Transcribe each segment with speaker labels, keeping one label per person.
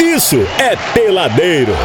Speaker 1: isso é Peladeiros.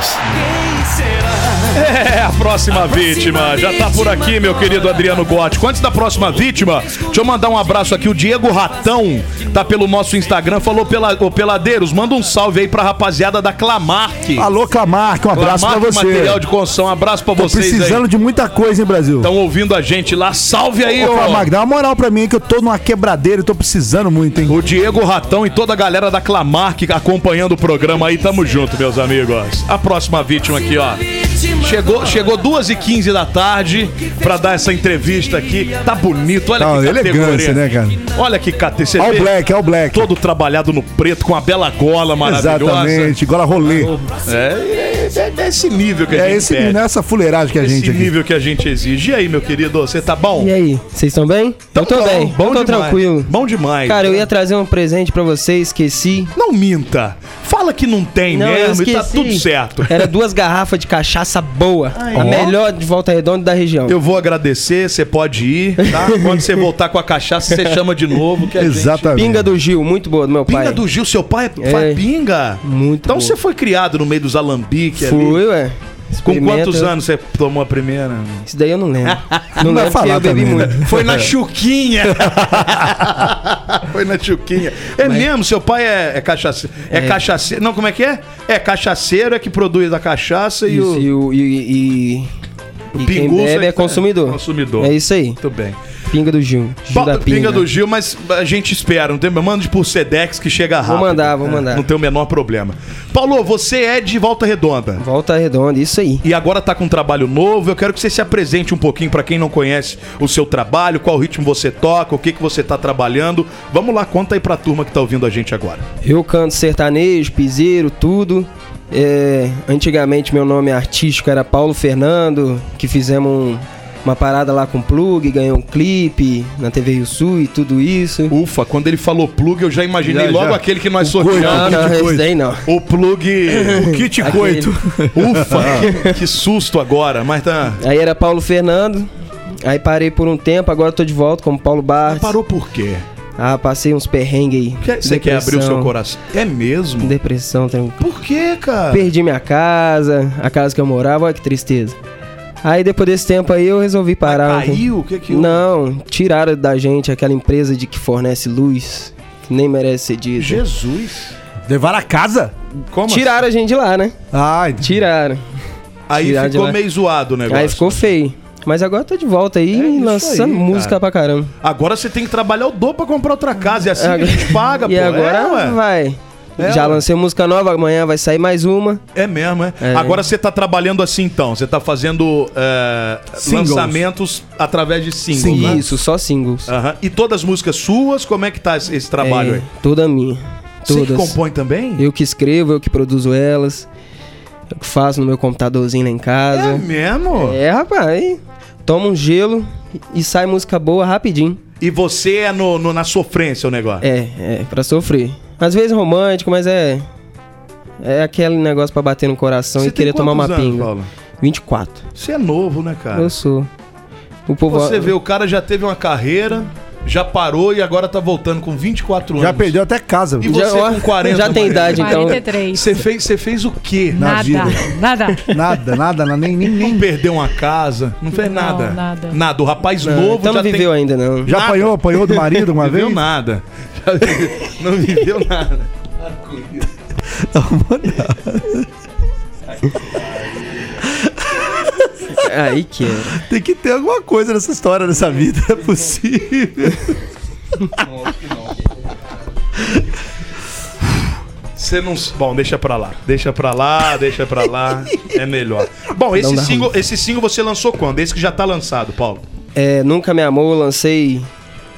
Speaker 2: É, a próxima vítima já tá por aqui, meu querido Adriano Gótico. Antes da próxima vítima, deixa eu mandar um abraço aqui. O Diego Ratão tá pelo nosso Instagram, falou pela, ô, peladeiros. Manda um salve aí pra rapaziada da Clamark.
Speaker 3: Alô, Clamarca, um abraço pra
Speaker 2: Clamark
Speaker 3: você.
Speaker 2: Material de Construção. Um abraço pra
Speaker 3: Tô
Speaker 2: vocês
Speaker 3: precisando
Speaker 2: aí.
Speaker 3: de muita coisa, hein, Brasil?
Speaker 2: Estão ouvindo a gente lá. Salve aí,
Speaker 3: Ô,
Speaker 2: ô.
Speaker 3: Clamarca, dá uma moral pra mim que eu tô numa quebradeira e tô precisando muito, hein?
Speaker 2: O Diego Ratão e toda a galera da Clamark acompanhando o programa aí. Tamo junto, meus amigos. A próxima vítima aqui, ó. Chegou, chegou 2 e 15 da tarde pra dar essa entrevista aqui. Tá bonito, olha
Speaker 3: Tá,
Speaker 2: que
Speaker 3: elegância,
Speaker 2: categoria.
Speaker 3: né, cara?
Speaker 2: Olha que KTC.
Speaker 3: All black, all black.
Speaker 2: Todo trabalhado no preto, com a bela gola maravilhosa.
Speaker 3: Exatamente, gola rolê.
Speaker 2: É, é, é esse nível que a
Speaker 3: É
Speaker 2: gente
Speaker 3: esse,
Speaker 2: pede.
Speaker 3: nessa fuleiragem que a
Speaker 2: Esse
Speaker 3: gente aqui.
Speaker 2: nível que a gente exige. E aí, meu querido, você tá bom?
Speaker 4: E aí, vocês estão bem? eu tô
Speaker 2: bom,
Speaker 4: bem,
Speaker 2: bom
Speaker 4: eu tô
Speaker 2: demais.
Speaker 4: tranquilo.
Speaker 2: Bom demais.
Speaker 4: Cara, eu ia trazer um presente pra vocês, esqueci.
Speaker 2: Não minta. Fala que não tem
Speaker 4: Não, eu
Speaker 2: mesmo e
Speaker 4: esqueci. É.
Speaker 2: tá tudo certo.
Speaker 4: Era duas garrafas de cachaça boa. a melhor de Volta Redonda da região.
Speaker 2: Eu vou agradecer, você pode ir, tá? Quando você voltar com a cachaça, você chama de novo. Que a gente-
Speaker 3: Exatamente.
Speaker 4: Pinga do Gil, muito boa do meu
Speaker 2: Pinga
Speaker 4: pai.
Speaker 2: do Gil, seu pai é-
Speaker 4: É.
Speaker 2: faz pinga?
Speaker 4: Muito
Speaker 2: Então
Speaker 4: bom.
Speaker 2: você foi criado no meio dos alambiques ali.
Speaker 4: Fui, ué.
Speaker 2: Com
Speaker 4: Experimenta.
Speaker 2: quantos anos você tomou a primeira?
Speaker 4: Isso daí eu não lembro. Não,
Speaker 3: vai
Speaker 4: lembro porque
Speaker 3: falar
Speaker 4: eu bebi
Speaker 3: também, né?
Speaker 4: muito. É.
Speaker 2: Foi na Chuquinha. Foi na Chuquinha. É mesmo, seu pai é, é cachaceiro. É,
Speaker 4: É.
Speaker 2: cachaceiro. Não, como é que é? É cachaceiro, é que produz a cachaça e
Speaker 4: Isso,
Speaker 2: o.
Speaker 4: e o. E, e, e quem
Speaker 2: pinguço
Speaker 4: bebe
Speaker 2: é
Speaker 4: é,
Speaker 2: que-
Speaker 4: consumidor.
Speaker 2: consumidor.
Speaker 4: É isso aí.
Speaker 2: Muito bem.
Speaker 4: Pinga do Gil. Gil
Speaker 2: Falta
Speaker 4: da
Speaker 2: pinga do Gil, mas a gente espera, não tem? Mande por Sedex que chega rápido. É,
Speaker 4: mandar, vou mandar.
Speaker 2: Não tem o menor problema. Paulo, você é de Volta Redonda.
Speaker 4: Volta Redonda, isso aí.
Speaker 2: E agora tá com um trabalho novo. Eu quero que você se apresente um pouquinho pra quem não conhece o seu trabalho, qual ritmo você toca, o que, que você tá trabalhando. Vamos lá, conta aí pra turma que tá ouvindo a gente agora.
Speaker 4: Eu canto sertanejo, piseiro, tudo. É, antigamente meu nome artístico era Paulo Fernando, que fizemos um- uma parada lá com plug, ganhou um clipe na TV Rio Sul e tudo isso.
Speaker 2: Ufa, quando ele falou plug, eu já imaginei
Speaker 3: Já,
Speaker 2: logo
Speaker 3: já.
Speaker 2: aquele que nós
Speaker 4: Não,
Speaker 2: sorteamos.
Speaker 4: não, esse daí não.
Speaker 2: O plug. O kit
Speaker 4: coito. Ah.
Speaker 2: Ufa, que susto agora, mas tá.
Speaker 4: Aí era Paulo Fernando, aí parei por um tempo, agora tô de volta como Paulo Barros.
Speaker 2: Parou por quê?
Speaker 4: Ah, passei uns perrengues aí.
Speaker 2: Quer- Você quer abrir o seu
Speaker 4: Depressão.
Speaker 2: coração? É mesmo?
Speaker 4: Depressão, tranquilo.
Speaker 2: Por quê, cara?
Speaker 4: Perdi minha casa, a casa que eu morava, olha que tristeza. Aí depois desse tempo aí eu resolvi parar. né?
Speaker 2: Mas caiu? O que que houve?
Speaker 4: Não, tiraram da gente aquela empresa de que fornece luz, que nem merece ser dita.
Speaker 2: Jesus.
Speaker 3: Levar a casa?
Speaker 2: Como? assim?
Speaker 4: Tiraram a gente de lá, né?
Speaker 3: Ah, entendi.
Speaker 4: Tiraram.
Speaker 2: Aí
Speaker 4: tirar de
Speaker 2: ficou
Speaker 4: lá.
Speaker 2: meio zoado o negócio.
Speaker 4: Aí ficou feio. Mas agora eu tô de volta aí,
Speaker 2: É isso
Speaker 4: lançando
Speaker 2: aí,
Speaker 4: música
Speaker 2: cara.
Speaker 4: pra caramba.
Speaker 2: Agora você tem que trabalhar o dobro pra comprar outra casa. É assim que a gente
Speaker 4: Agora-
Speaker 2: paga,
Speaker 4: e
Speaker 2: pô.
Speaker 4: agora
Speaker 2: é, ué.
Speaker 4: vai.
Speaker 2: É,
Speaker 4: Já
Speaker 2: ué.
Speaker 4: lancei música nova, amanhã vai sair mais uma.
Speaker 2: É mesmo, é.
Speaker 4: É.
Speaker 2: Agora você tá trabalhando assim então. Você tá fazendo é,
Speaker 3: Singles.
Speaker 2: lançamentos através de singles. né?
Speaker 4: Isso, só singles.
Speaker 2: Aham. E todas as músicas suas, como é que tá esse, esse trabalho
Speaker 4: É,
Speaker 2: aí?
Speaker 4: Toda minha.
Speaker 2: Você que
Speaker 4: Todas.
Speaker 2: compõe também?
Speaker 4: Eu que escrevo, eu que produzo elas. Eu que faço no meu computadorzinho lá em
Speaker 2: É
Speaker 4: casa.
Speaker 2: mesmo?
Speaker 4: É, rapaz. aí Toma um gelo e sai música boa rapidinho.
Speaker 2: E você é no, no- na sofrência o negócio?
Speaker 4: É, é, pra sofrer. Às vezes romântico, mas é. É aquele negócio pra bater no coração
Speaker 2: Você
Speaker 4: e
Speaker 2: tem
Speaker 4: querer então tomar uma
Speaker 2: quantos anos,
Speaker 4: pinga.
Speaker 2: Paulo?
Speaker 4: 24.
Speaker 2: Você é novo, né, cara?
Speaker 4: Eu sou. O povo.
Speaker 2: Você vê, o cara já teve uma carreira, já parou e agora tá voltando com 24
Speaker 3: Já
Speaker 2: anos.
Speaker 3: perdeu até casa.
Speaker 2: E você
Speaker 4: ó,
Speaker 2: com 40,
Speaker 4: já tem
Speaker 2: mano?
Speaker 4: idade, então.
Speaker 5: 43.
Speaker 2: Você fez, você fez o quê?
Speaker 3: Na
Speaker 5: nada,
Speaker 3: vida.
Speaker 5: nada.
Speaker 3: Nada, nada, nada, nem, nem, nem.
Speaker 2: Não perdeu uma casa, não fez
Speaker 5: Não,
Speaker 2: nada.
Speaker 5: nada.
Speaker 2: Nada. O rapaz
Speaker 4: Não,
Speaker 2: novo
Speaker 4: então
Speaker 2: já
Speaker 4: não viveu
Speaker 2: tem...
Speaker 4: ainda, não.
Speaker 3: Já
Speaker 2: Nada.
Speaker 3: apanhou, apanhou do marido uma
Speaker 2: Não viveu
Speaker 3: vez?
Speaker 2: nada. Já vive- não viveu nada.
Speaker 4: Aí que é.
Speaker 3: Tem que ter alguma coisa nessa história, nessa vida. É possível.
Speaker 2: Você não. Bom, deixa pra lá. Deixa pra lá, deixa pra lá. É melhor. Bom, esse
Speaker 4: dá
Speaker 2: single, esse single você lançou quando? Esse que já tá lançado, Paulo.
Speaker 4: É, Nunca Me Amou, lancei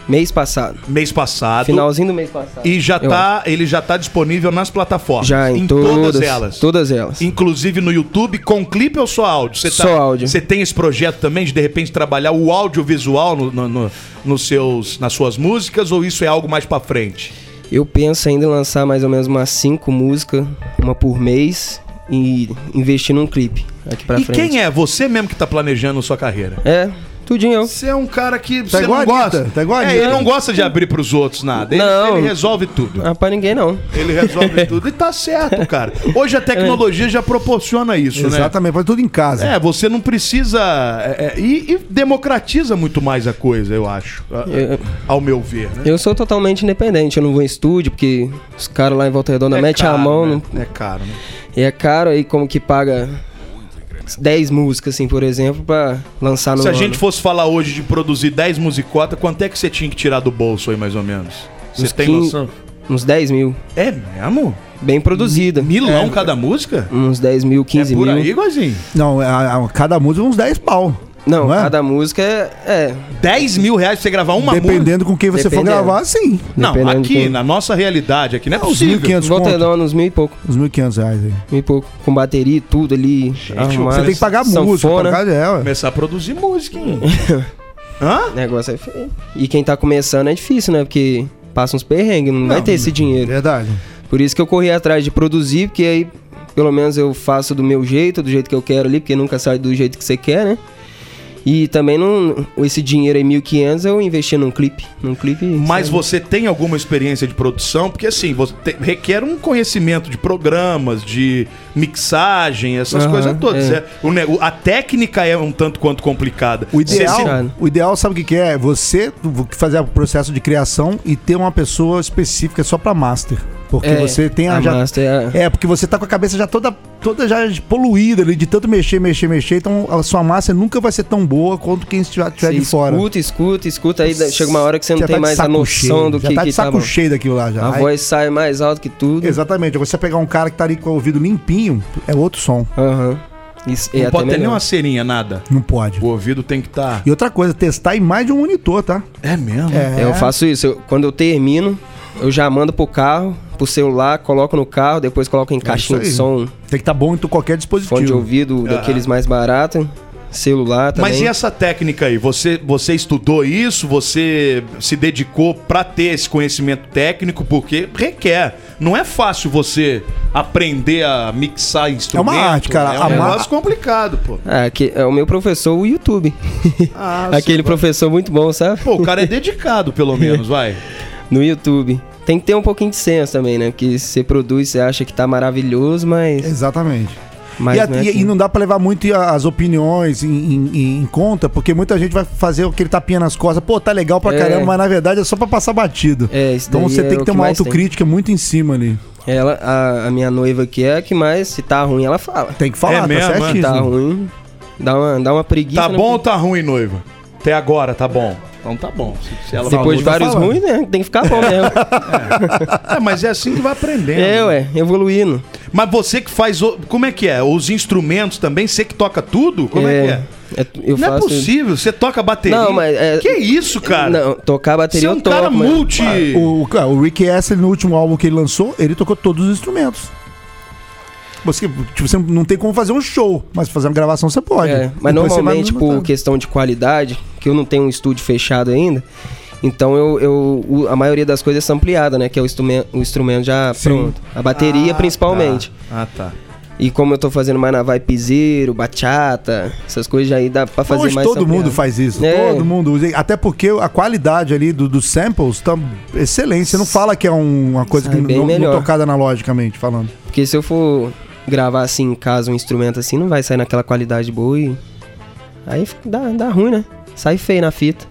Speaker 4: mês passado.
Speaker 2: Mês passado.
Speaker 4: Finalzinho do mês passado.
Speaker 2: E já
Speaker 4: Eu
Speaker 2: tá, ele já tá disponível nas plataformas.
Speaker 4: Já em,
Speaker 2: todas, elas.
Speaker 4: Todas elas.
Speaker 2: Inclusive no YouTube, com clipe ou só áudio? Você tá-
Speaker 4: Só áudio.
Speaker 2: Você tem esse projeto também de de repente trabalhar o audiovisual no, no- no- nos seus, nas suas músicas ou isso é algo mais pra frente?
Speaker 4: Eu penso ainda em lançar mais ou menos umas cinco músicas, uma por mês, e investir num clipe aqui pra
Speaker 2: e
Speaker 4: frente.
Speaker 2: quem é? Você mesmo que tá planejando sua carreira?
Speaker 4: é? Tudinho eu.
Speaker 2: Você é um cara que você
Speaker 3: igual
Speaker 2: não
Speaker 3: a
Speaker 2: gosta.
Speaker 3: Anitta, tá igual a
Speaker 2: é,
Speaker 3: Anitta.
Speaker 2: ele não gosta de abrir pros outros nada. Ele,
Speaker 4: Não.
Speaker 2: ele resolve tudo.
Speaker 4: Ah, pra ninguém não.
Speaker 2: Ele resolve tudo. E tá certo, cara. Hoje a tecnologia já proporciona isso, né?
Speaker 3: Exatamente, faz tudo em casa.
Speaker 2: É, você não precisa. é, é, e, e democratiza muito mais a coisa, eu acho. a-
Speaker 4: Eu,
Speaker 2: Ao meu ver, né?
Speaker 4: eu sou totalmente independente, eu não vou em estúdio, porque os caras lá em Volta Redonda metem a
Speaker 2: caro,
Speaker 4: mão
Speaker 2: né?
Speaker 4: não-
Speaker 2: É caro, né?
Speaker 4: e é caro aí como que paga 10 músicas, assim, por exemplo, pra lançar no
Speaker 2: Se a
Speaker 4: ano.
Speaker 2: gente fosse falar hoje de produzir 10 musicotas, quanto é que você tinha que tirar do bolso aí, mais ou menos? Você
Speaker 4: Uns
Speaker 2: tem
Speaker 4: 15
Speaker 2: noção?
Speaker 4: Uns 10 mil,
Speaker 2: É mesmo?
Speaker 4: bem produzida.
Speaker 2: Milão cada música?
Speaker 4: Uns 10 mil, 15
Speaker 2: é por
Speaker 4: É, mil.
Speaker 2: aí, Gozinho?
Speaker 3: Não, a- a- cada música uns 10 pau.
Speaker 4: Não,
Speaker 3: Não é?
Speaker 4: cada música é. é,
Speaker 2: 10 mil reais pra você gravar uma música?
Speaker 3: Dependendo com quem você for
Speaker 4: Dependendo.
Speaker 3: gravar, sim. Ah,
Speaker 2: Não,
Speaker 4: dependendo de
Speaker 2: aqui,
Speaker 4: quem-
Speaker 2: na nossa realidade, aqui não é
Speaker 3: Uns
Speaker 2: possível.
Speaker 3: 1.500
Speaker 4: Volta
Speaker 3: conto.
Speaker 4: Redonda, uns mil e pouco.
Speaker 3: Uns 1.500 reais aí.
Speaker 4: Mil e pouco. Com bateria e tudo ali. arrumado,
Speaker 3: Ah, Você tem que pagar música, é,
Speaker 4: sanfona.
Speaker 3: pagar dela.
Speaker 2: Começar a produzir música, hein? Hã?
Speaker 4: O negócio é feio. E quem tá começando é difícil, né? Porque passa uns perrengues, não, vai ter esse dinheiro.
Speaker 3: Verdade.
Speaker 4: Por isso que eu corri atrás de produzir, porque aí pelo menos eu faço do meu jeito, do jeito que eu quero ali, porque nunca sai do jeito que você quer, né? E também não, esse dinheiro aí, 1.500, eu investi num clipe. Num clipe. é
Speaker 2: Mas
Speaker 4: sabe?
Speaker 2: você tem alguma experiência de produção? Porque assim, você te- requer um conhecimento de programas, de mixagem, essas
Speaker 4: Aham,
Speaker 2: coisas todas.
Speaker 4: é.
Speaker 2: É, o ne- o- a técnica é um tanto quanto complicada.
Speaker 3: O ideal,
Speaker 4: Sim, sim.
Speaker 3: o ideal sabe o que, que é? Você fazer o processo de criação e ter uma pessoa específica só pra master. Porque
Speaker 4: É,
Speaker 3: você tem a,
Speaker 4: a
Speaker 3: já-
Speaker 4: master é a-
Speaker 3: É, porque você tá com a cabeça já toda, toda já poluída ali, de tanto mexer, mexer, mexer. Então a sua master nunca vai ser tão boa quanto quem estiver
Speaker 4: Você
Speaker 3: estiver é de fora.
Speaker 4: Escuta, escuta, escuta, aí dá- chega uma hora que você não
Speaker 3: Já tá
Speaker 4: tem
Speaker 3: de
Speaker 4: mais a
Speaker 3: saco
Speaker 4: noção
Speaker 3: cheio,
Speaker 4: do
Speaker 3: já
Speaker 4: que,
Speaker 3: tá
Speaker 4: que
Speaker 3: de saco
Speaker 4: bom.
Speaker 3: cheio daquilo lá já.
Speaker 4: A
Speaker 3: Aí-
Speaker 4: voz sai mais alto que tudo.
Speaker 3: Exatamente. Agora você pegar um cara que tá ali com o ouvido limpinho, é outro som.
Speaker 4: Aham. Isso é
Speaker 2: não
Speaker 4: até
Speaker 2: pode ter
Speaker 4: melhor.
Speaker 2: nenhuma serinha, nada.
Speaker 3: Não pode.
Speaker 2: O ouvido tem que tá. estar.
Speaker 3: E outra coisa, testar em mais de um monitor, tá?
Speaker 2: É mesmo?
Speaker 4: É, eu faço isso. eu- quando eu termino, eu já mando pro carro, pro celular, coloco no carro, depois coloco
Speaker 2: É
Speaker 4: em caixinha de
Speaker 3: É isso aí.
Speaker 4: som,
Speaker 3: Tem que estar bom em tu- qualquer dispositivo.
Speaker 4: fone de ouvido daqueles mais baratos, celular também.
Speaker 2: Ah. Mas e essa técnica aí? Você, você estudou isso? Você se dedicou pra ter esse conhecimento técnico? Porque requer. Não é fácil você aprender a mixar instrumentos.
Speaker 3: arte, cara.
Speaker 2: É
Speaker 3: A
Speaker 2: um
Speaker 3: ma-
Speaker 2: negócio complicado, pô.
Speaker 4: Ah, que é o meu professor, o YouTube.
Speaker 2: Ah,
Speaker 4: Aquele professor muito bom, sabe?
Speaker 2: Pô, o cara é dedicado, pelo menos, vai.
Speaker 4: No YouTube. Tem que ter um pouquinho de senso também, né? Porque você produz, você acha que tá maravilhoso, mas.
Speaker 3: Exatamente.
Speaker 4: mas
Speaker 3: e, a-
Speaker 4: não é
Speaker 3: e-
Speaker 4: assim.
Speaker 3: e não dá pra levar muito a- as opiniões em, em- em- em conta, porque muita gente vai fazer aquele tapinha nas costas, pô, tá legal pra
Speaker 4: É.
Speaker 3: caramba, mas na verdade é só pra passar batido.
Speaker 4: É, isso
Speaker 3: então
Speaker 4: daí
Speaker 3: você
Speaker 4: é
Speaker 3: tem
Speaker 4: o
Speaker 3: que ter
Speaker 4: que
Speaker 3: uma
Speaker 4: mais tem.
Speaker 3: autocrítica muito em cima ali.
Speaker 4: Ela, a, a minha noiva aqui é a que mais, se tá ruim, ela fala.
Speaker 3: Tem que falar,
Speaker 2: É
Speaker 3: tá
Speaker 2: mesmo, é?
Speaker 3: certíssimo.
Speaker 4: Tá ruim. Dá uma, dá uma preguiça.
Speaker 2: Tá
Speaker 4: né?
Speaker 2: bom ou tá ruim, noiva? Até agora, tá bom. Então tá bom. Se- se ela
Speaker 4: Depois
Speaker 2: falou,
Speaker 4: de
Speaker 2: tá
Speaker 4: vários
Speaker 2: falando.
Speaker 4: ruins, né? Tem que ficar bom mesmo.
Speaker 2: É, mas é assim que vai aprendendo.
Speaker 4: é, ué, evoluindo.
Speaker 2: Mas você que faz. o- Como é que é? Os instrumentos também? Você que toca tudo? Como é, que é?
Speaker 4: é tu- eu
Speaker 2: Não é
Speaker 4: faço...
Speaker 2: possível, você toca bateria.
Speaker 4: Não, mas, é-
Speaker 2: Que isso, cara?
Speaker 4: Não, tocar a
Speaker 2: você
Speaker 4: bateria
Speaker 2: é um
Speaker 4: eu toco.
Speaker 2: cara
Speaker 4: mas-
Speaker 2: multi.
Speaker 3: O, o, cara, o Rick Astley, no último álbum que ele lançou, ele tocou todos os instrumentos. Você, tipo, você não tem como fazer um show, mas fazer uma gravação você pode.
Speaker 4: É, mas
Speaker 3: Depois você vai
Speaker 4: normalmente,
Speaker 3: no-
Speaker 4: por questão de qualidade, que eu não tenho um estúdio fechado ainda, então eu, eu o- a maioria das coisas é sampleada, né? Que é o instrumento, o instrumento já pronto. A bateria, principalmente.
Speaker 2: Ah, tá.
Speaker 4: E como eu tô fazendo mais na vibezeiro, bachata, essas coisas aí dá pra fazer
Speaker 3: Hoje
Speaker 4: mais
Speaker 3: todo
Speaker 4: sampleado.
Speaker 3: mundo faz isso,
Speaker 4: É.
Speaker 3: todo mundo usa. Até porque a qualidade ali do- dos samples tá excelente. Você não fala que é um- uma coisa
Speaker 4: Sai
Speaker 3: que
Speaker 4: bem
Speaker 3: não, não
Speaker 4: melhor.
Speaker 3: tocada analogicamente falando.
Speaker 4: Porque se eu for gravar assim em casa um instrumento assim, não vai sair naquela qualidade boa e. Aí fica- dá, dá ruim, né? Sai feio na fita.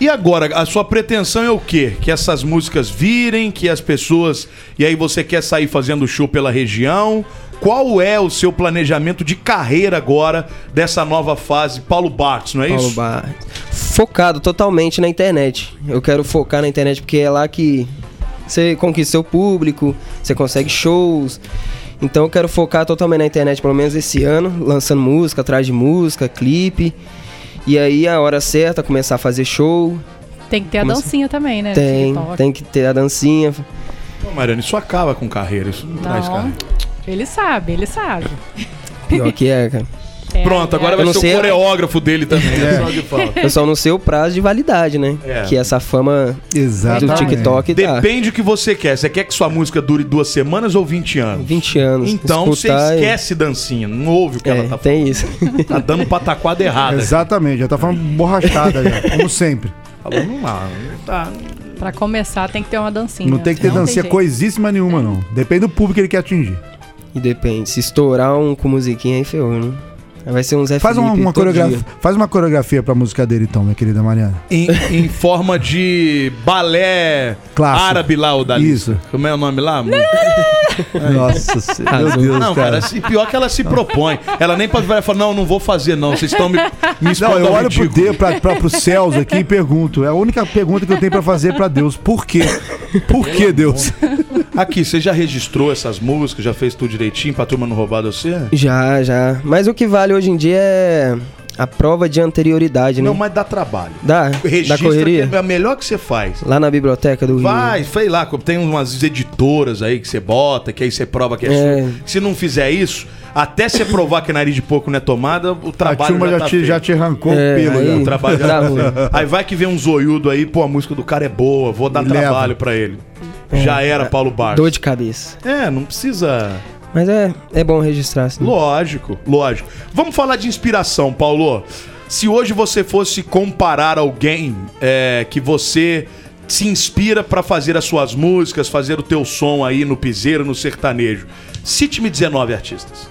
Speaker 2: E agora, a sua pretensão é o quê? Que essas músicas virem, que as pessoas. E aí você quer sair fazendo show pela região? Qual é o seu planejamento de carreira agora dessa nova fase? Paulo Bartos, não é
Speaker 4: Paulo
Speaker 2: isso?
Speaker 4: Barros. Focado totalmente na internet. Eu quero focar na internet porque é lá que você conquista seu público, você consegue shows. Então eu quero focar totalmente na internet, pelo menos esse ano, lançando música, atrás de música, clipe. E aí a hora certa, começar a fazer show.
Speaker 5: Tem que ter a
Speaker 4: Como assim?
Speaker 5: dancinha também, né?
Speaker 4: Tem,
Speaker 5: TikTok.
Speaker 4: tem que ter a dancinha.
Speaker 2: Pô, Mariano, isso acaba
Speaker 5: tá
Speaker 2: com carreira, isso não, traz
Speaker 5: Não.
Speaker 2: carreira.
Speaker 5: Ele sabe, ele sabe.
Speaker 4: Pior que é, cara.
Speaker 2: Pronto, agora
Speaker 4: Eu
Speaker 2: vai
Speaker 4: não
Speaker 2: ser
Speaker 4: sei- né? É.
Speaker 2: o coreógrafo dele também. né? Só de fato.
Speaker 4: Eu só não sei o prazo de validade, né?
Speaker 2: É.
Speaker 4: Que essa fama do
Speaker 3: Exatamente.
Speaker 4: TikTok tá.
Speaker 2: Depende do que você quer. Você quer que sua música dure duas semanas ou 20 anos?
Speaker 4: 20 anos.
Speaker 2: Então você
Speaker 4: escutar e-
Speaker 2: esquece dancinha, não ouve o que
Speaker 4: É,
Speaker 2: ela tá falando.
Speaker 4: tem isso.
Speaker 2: Tá dando pataquada errada.
Speaker 3: Exatamente, já tá falando borrachada, já, como sempre.
Speaker 2: Falou, vamos lá. Tá.
Speaker 5: é, Pra começar, tem que ter uma dancinha.
Speaker 3: Não tem que ter dancinha
Speaker 5: jeito.
Speaker 3: coisíssima nenhuma, não. Depende do público que ele quer atingir.
Speaker 4: E depende. Se estourar um com musiquinha, aí ferrou, né? Aí Vai ser um Zé
Speaker 3: Faz uma,
Speaker 4: Felipe
Speaker 3: uma
Speaker 4: todo
Speaker 3: coreografia,
Speaker 4: dia.
Speaker 3: faz uma coreografia pra música dele, então, minha querida Mariana.
Speaker 2: Em, em forma de balé
Speaker 3: Clássico.
Speaker 2: árabe lá, o Dali.
Speaker 3: Isso.
Speaker 2: Como é o nome lá?
Speaker 3: É.
Speaker 2: Ah,
Speaker 3: Nossa senhora. Meu
Speaker 4: Arrasou.
Speaker 3: Deus,
Speaker 2: Não, cara,
Speaker 3: cara.
Speaker 2: se- pior que ela se propõe. Ela nem pode virar e falar, não, não vou fazer, não. Vocês estão me, me expondo
Speaker 3: Não, eu
Speaker 2: ao
Speaker 3: olho pro
Speaker 2: é ridículo.
Speaker 3: Deus, pra, pra, pro céus aqui e pergunto. É a única pergunta que eu tenho pra fazer pra Deus. Por quê? Por que, Deus?
Speaker 2: Aqui, você já registrou essas músicas? Já fez tudo direitinho pra turma não roubar de você?
Speaker 4: Ah, Já, já. Mas o que vale hoje em dia é a prova de anterioridade, né?
Speaker 2: Não, mas dá trabalho.
Speaker 4: Da,
Speaker 2: Registra
Speaker 4: da correria.
Speaker 2: que é a melhor que você faz.
Speaker 4: Lá na biblioteca do Rio.
Speaker 2: Vai, sei lá, tem umas editoras aí que você bota, que aí você prova que é,
Speaker 4: É.
Speaker 2: sua. Se não fizer isso, até você provar que nariz de porco não é tomada, o
Speaker 3: A
Speaker 2: trabalho
Speaker 3: turma
Speaker 2: já,
Speaker 3: já,
Speaker 2: tá
Speaker 3: te,
Speaker 2: feito.
Speaker 3: já te arrancou
Speaker 4: É,
Speaker 3: o pelo.
Speaker 4: aí-
Speaker 3: já.
Speaker 2: Trabalho já-
Speaker 4: Tá ruim.
Speaker 2: Aí vai que vem um zoiudo aí, pô, a música do cara é boa, vou dar
Speaker 3: Leva.
Speaker 2: trabalho pra ele. Já era Paulo Barros.
Speaker 4: Dor de cabeça.
Speaker 2: É, não precisa.
Speaker 4: Mas é, é bom registrar, assim.
Speaker 2: Lógico, lógico. Vamos falar de inspiração, Paulo. Se hoje você fosse comparar alguém é, que você se inspira pra fazer as suas músicas, fazer o teu som aí no piseiro, no sertanejo, cite-me 19 artistas.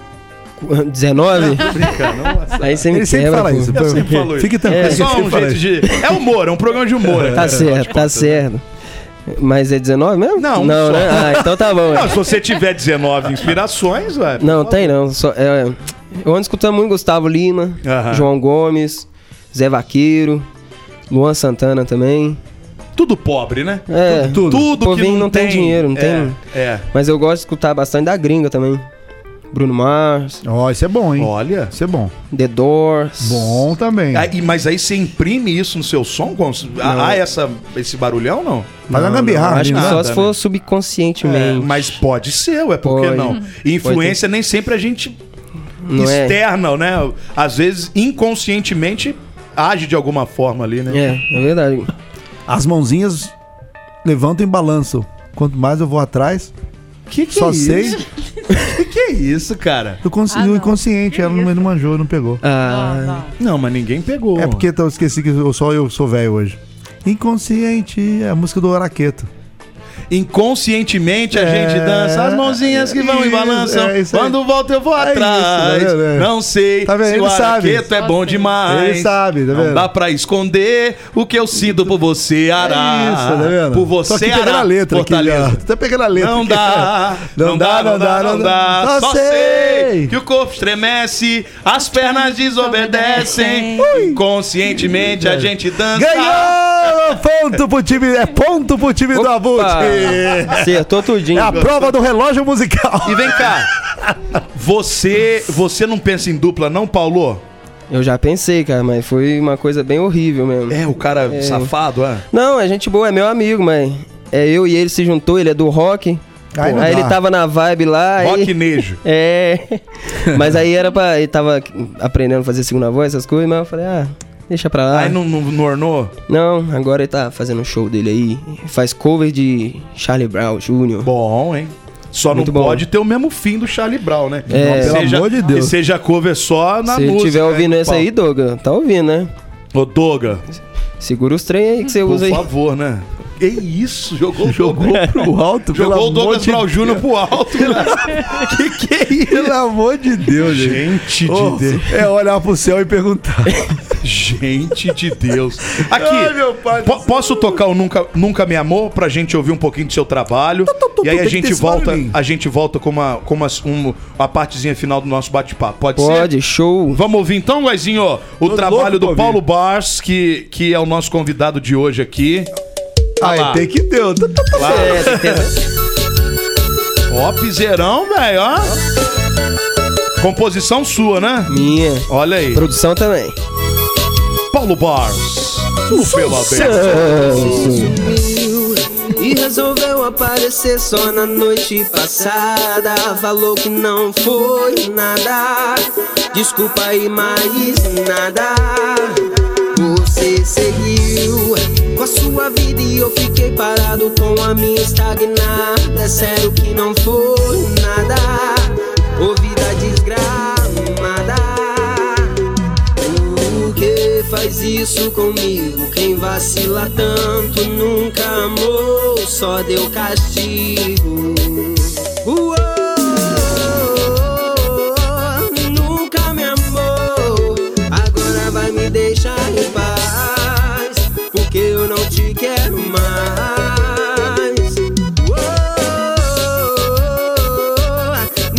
Speaker 4: 19? Aí você me
Speaker 3: Ele sempre
Speaker 4: quebra,
Speaker 3: fala
Speaker 4: pô.
Speaker 3: isso.
Speaker 2: Eu sempre falo isso.
Speaker 3: Fique tranquilo.
Speaker 2: É,
Speaker 3: ele
Speaker 2: só
Speaker 3: sempre
Speaker 2: um
Speaker 3: fala
Speaker 2: jeito
Speaker 3: isso.
Speaker 2: de. É humor, é um programa de humor.
Speaker 4: Tá
Speaker 2: né?
Speaker 4: certo, tá certo. Mas é 19 mesmo?
Speaker 2: Não, um
Speaker 4: não
Speaker 2: só.
Speaker 4: né? Ah, então tá bom.
Speaker 2: Não, se você tiver 19 inspirações, velho.
Speaker 4: Não, tem não. Só, é, eu ando escutando muito Gustavo Lima,
Speaker 2: Aham.
Speaker 4: João Gomes, Zé Vaqueiro, Luan Santana também.
Speaker 2: Tudo pobre, né?
Speaker 4: É,
Speaker 2: Tudo,
Speaker 4: O
Speaker 2: que
Speaker 4: povinho
Speaker 2: não,
Speaker 4: não tem dinheiro, não
Speaker 2: é,
Speaker 4: tem-
Speaker 2: É.
Speaker 4: Mas eu gosto de escutar bastante da gringa também. Bruno Mars,
Speaker 3: Ó, isso é bom, hein?
Speaker 2: Olha.
Speaker 3: Isso é bom.
Speaker 4: The Doors.
Speaker 3: Bom também.
Speaker 2: Aí, mas aí você imprime isso no seu som? Com- Há há essa, esse barulhão não?
Speaker 3: Mas na gambiarra,
Speaker 4: Acho que
Speaker 3: né?
Speaker 4: só
Speaker 2: nada,
Speaker 4: se for
Speaker 2: né? É,
Speaker 4: subconscientemente.
Speaker 2: mas pode ser, ué, por que
Speaker 4: Pode.
Speaker 2: não? E Influência nem sempre a gente
Speaker 4: Não é?
Speaker 2: externa, né? Às vezes inconscientemente age de alguma forma ali, né?
Speaker 4: É, é verdade.
Speaker 3: As mãozinhas levantam e balançam. Quanto mais eu vou atrás,
Speaker 2: Que que
Speaker 3: só
Speaker 2: é
Speaker 3: sei
Speaker 2: isso? Que que é isso, cara?
Speaker 3: do consci-
Speaker 5: Ah,
Speaker 3: do
Speaker 5: não.
Speaker 3: inconsciente. Ela não, não manjou, não pegou.
Speaker 4: Ah,
Speaker 5: Não, não.
Speaker 2: Não, mas ninguém pegou.
Speaker 3: É porque eu esqueci que eu só eu sou velho hoje. Inconsciente é a música do Araqueto.
Speaker 2: Inconscientemente a
Speaker 3: É,
Speaker 2: gente dança as mãozinhas que vão e
Speaker 3: isso,
Speaker 2: balançam.
Speaker 3: é isso aí.
Speaker 2: Quando volta eu vou
Speaker 3: É isso,
Speaker 2: atrás.
Speaker 3: tá vendo? É.
Speaker 2: Não sei
Speaker 3: Tá vendo?
Speaker 2: se
Speaker 3: Ele
Speaker 2: o
Speaker 3: sabe.
Speaker 2: araqueto é
Speaker 5: Só
Speaker 2: bom
Speaker 5: sei.
Speaker 2: demais.
Speaker 3: Ele sabe, tá
Speaker 2: Não
Speaker 3: vendo? É
Speaker 2: dá pra esconder o que eu sinto por você, Ará.
Speaker 3: isso, tá vendo?
Speaker 2: Por
Speaker 3: Só que
Speaker 2: você,
Speaker 3: pegando
Speaker 2: Ará.
Speaker 3: a letra aqui,
Speaker 2: Fortaleza.
Speaker 3: ó. Tá pegando a letra.
Speaker 2: Não
Speaker 3: aqui.
Speaker 2: dá, não dá, não dá, não dá. Só sei que o corpo estremece, as pernas desobedecem. Conscientemente a gente dança.
Speaker 3: Ganhou! Ponto pro time, é ponto pro time do
Speaker 4: Opa!
Speaker 3: Avult. É
Speaker 4: acertou tudinho.
Speaker 3: a prova do relógio musical.
Speaker 2: E vem cá. Você, você não pensa em dupla, não, Paulo?
Speaker 4: Eu já pensei, cara, mas foi uma coisa bem horrível mesmo.
Speaker 2: É, o cara safado, é.
Speaker 4: Não, é gente boa, é meu amigo, mas é eu e ele se juntou, ele é do rock.
Speaker 3: Aí
Speaker 4: Aí,
Speaker 3: não dá.
Speaker 4: ele tava na vibe lá. aí-
Speaker 2: Rock nejo.
Speaker 4: É. Mas aí era pra. Ele tava aprendendo a fazer segunda voz, essas coisas, mas eu falei, ah, deixa pra lá.
Speaker 2: Aí não, não, não ornou?
Speaker 4: Não, agora ele tá fazendo um show dele aí. Faz cover de Charlie Brown Jr.
Speaker 2: Bom, hein? Só
Speaker 4: Muito
Speaker 2: não
Speaker 4: bom.
Speaker 2: pode ter o mesmo fim do Charlie Brown, né?
Speaker 4: É.
Speaker 2: Que
Speaker 3: Pelo
Speaker 2: seja,
Speaker 3: amor de Deus.
Speaker 2: Que seja cover só na
Speaker 4: Se ele
Speaker 2: música.
Speaker 4: estiver ouvindo
Speaker 2: né,
Speaker 4: essa aí, Doga, tá ouvindo, né?
Speaker 2: Ô, Doga,
Speaker 4: Segura os trem aí que você
Speaker 2: por
Speaker 4: usa aí.
Speaker 2: favor, né? Que isso, jogou, jogou,
Speaker 3: pro alto,
Speaker 2: jogou o Douglas
Speaker 3: de
Speaker 2: Brown Jr. pro alto. né?
Speaker 3: Que que é isso? Pelo amor de Deus, gente.
Speaker 2: gente de
Speaker 3: Oh,
Speaker 2: Deus.
Speaker 3: é olhar pro céu e perguntar.
Speaker 2: Gente de Deus. Aqui,
Speaker 3: Ai, meu pai do
Speaker 2: po- posso tocar o Nunca, Nunca Me Amou pra gente ouvir um pouquinho do seu trabalho?
Speaker 3: tu, tu,
Speaker 2: e
Speaker 3: tem
Speaker 2: aí a
Speaker 3: que ter
Speaker 2: gente
Speaker 3: esse
Speaker 2: volta,
Speaker 3: barulhinho.
Speaker 2: a gente volta com uma, com uma um- a partezinha final do nosso bate-papo. Pode, ser?
Speaker 4: Pode, show.
Speaker 2: Vamos ouvir então, Guazinho, o trabalho
Speaker 3: louco pra
Speaker 2: do
Speaker 3: ouvir.
Speaker 2: Paulo Bars, que, que é o nosso convidado de hoje aqui.
Speaker 3: Aí
Speaker 2: lá.
Speaker 3: tem que deu.
Speaker 4: É, tem que ter-
Speaker 2: Ó, piseirão, velho, ó. Composição sua, né?
Speaker 4: Minha.
Speaker 2: Olha aí.
Speaker 4: Produção também.
Speaker 2: Paulo Bars. no Pela Bela.
Speaker 4: Santos. E resolveu aparecer só na noite passada. Falou que não foi nada. Desculpa aí, mas nada. Você seguiu com a sua vida e eu fiquei parado com a minha estagnada. É sério que não foi nada. Ô vida desgramada. Por que faz isso comigo? Quem vacila tanto nunca amou, só deu castigo. Uou, nunca me amou, agora vai me deixar em paz, porque eu não te quero mais.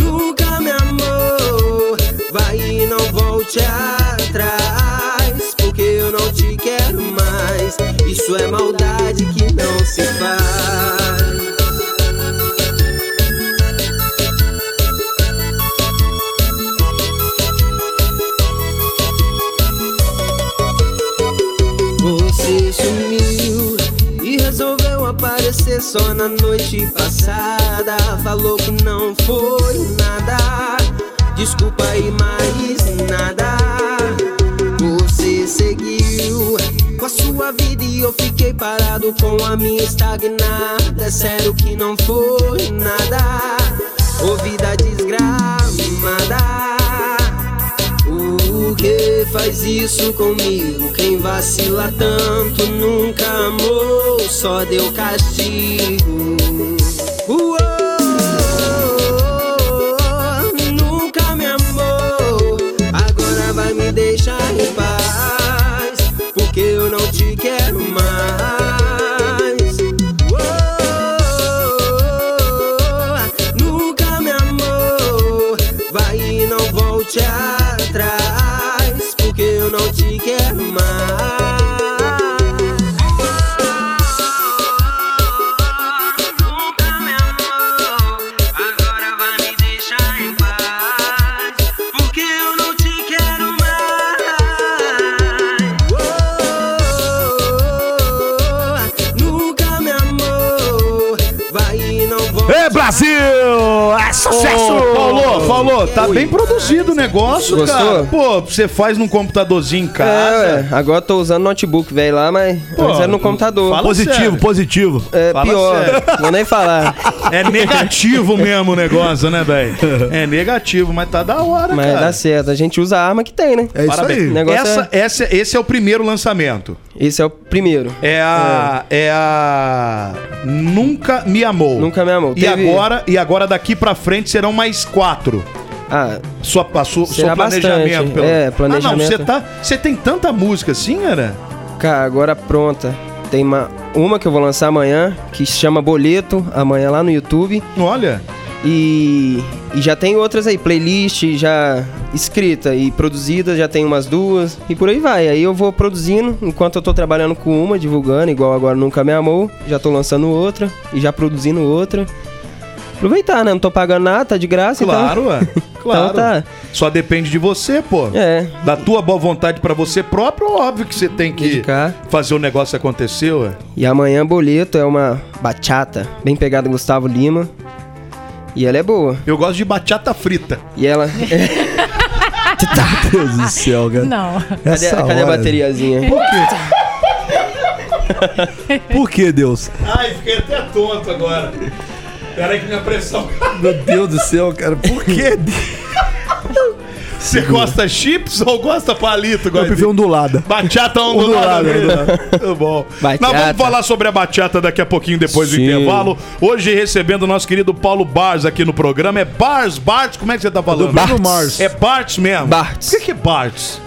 Speaker 4: Uou, nunca me amou, vai e não volte atrás, porque eu não te quero mais. Isso é maldade que não se faz. Você sumiu e resolveu aparecer só na noite passada. Falou que não foi nada. Desculpa aí, mas nada. Você seguiu com a sua vida e eu fiquei parado com a minha estagnada. É sério que não foi nada. Ô vida desgramada. O que faz isso comigo? Quem vacila tanto nunca amou, só deu castigo. Uou, nunca me amou, agora vai me deixar em paz, porque eu não te quero mais. Uou, nunca me amou, vai e não volte atrás, porque eu não te quero mais. Nunca me amou, agora vai me deixar em paz, porque eu não te quero mais. Nunca me amou, vai e não
Speaker 3: É
Speaker 4: volta.
Speaker 2: Ei, Brasil! É sucesso! Paulo, Paulo, tá bem produzido o negócio,
Speaker 4: Gostou?
Speaker 2: cara. Pô, você faz num computadorzinho em
Speaker 4: É,
Speaker 2: casa.
Speaker 4: ué, agora eu tô usando notebook, velho, lá, mas antes era no computador.
Speaker 2: fala
Speaker 3: Positivo,
Speaker 2: sério.
Speaker 3: positivo.
Speaker 4: É
Speaker 2: fala
Speaker 4: pior,
Speaker 2: sério.
Speaker 4: vou nem falar.
Speaker 2: É, negativo mesmo o negócio, né, velho? É negativo, mas tá da hora,
Speaker 4: Mas
Speaker 2: cara.
Speaker 4: dá certo, a gente usa a arma que tem, né?
Speaker 3: É isso
Speaker 2: Parabéns.
Speaker 3: aí.
Speaker 4: Né? negócio
Speaker 2: Essa, essa- esse é o primeiro lançamento.
Speaker 4: Esse é o primeiro.
Speaker 2: É a. É, a. Nunca me amou.
Speaker 4: Nunca Me Amou.
Speaker 2: E,
Speaker 4: Teve-
Speaker 2: agora, e agora daqui pra frente serão mais quatro.
Speaker 4: Ah,
Speaker 2: Sua, a sua, seu
Speaker 4: Será
Speaker 2: planejamento,
Speaker 4: bastante, é,
Speaker 2: Ah, não,
Speaker 4: planejamento.
Speaker 2: você tá. Você tem tanta música assim, cara?
Speaker 4: cara, agora pronta. Tem uma, uma que eu vou lançar amanhã, que se chama Boleto, amanhã lá no YouTube.
Speaker 2: Olha.
Speaker 4: E, e já tem outras aí, playlist já escrita e produzida, já tem umas duas, e por aí vai. Aí eu vou produzindo, enquanto eu tô trabalhando com uma, divulgando, igual agora Nunca Me Amou, já tô lançando outra e já produzindo outra. Aproveitar, né? Não tô pagando nada, tá de graça,
Speaker 2: Claro, ué. Claro.
Speaker 4: Então tá.
Speaker 2: Só depende de você, pô.
Speaker 4: É.
Speaker 2: Da tua boa vontade pra você próprio, óbvio que você tem que
Speaker 4: Dedicar.
Speaker 2: fazer o negócio acontecer, ué.
Speaker 4: então. E amanhã Boleto é uma bachata, bem pegada Gustavo Lima. E ela é boa.
Speaker 2: Eu gosto de batata frita.
Speaker 4: E ela.
Speaker 3: Meu Deus do céu, cara.
Speaker 5: Não.
Speaker 4: cadê,
Speaker 3: Essa
Speaker 4: cadê a
Speaker 3: hora- né?
Speaker 4: bateriazinha?
Speaker 3: Por que, Deus?
Speaker 2: Ai, fiquei até tonto agora. Peraí que minha pressão.
Speaker 3: Meu Deus do céu, cara. Por que? Deus?
Speaker 2: Você gosta chips ou gosta palito,
Speaker 3: Eu prefiro ondulada.
Speaker 2: Bachata ondulada.
Speaker 3: Ondulada, ondulada.
Speaker 2: Muito bom.
Speaker 4: Bachata.
Speaker 2: Nós vamos falar sobre a bachata daqui a pouquinho, depois do
Speaker 3: Sim.
Speaker 2: intervalo. Hoje recebendo o nosso querido Paulo Bars aqui no programa. É Bars, Bars, como é que você tá
Speaker 3: Do
Speaker 2: falando?
Speaker 3: Bruno Mars.
Speaker 2: É Bartz mesmo?
Speaker 4: Bartz.
Speaker 2: O que que é Bartz?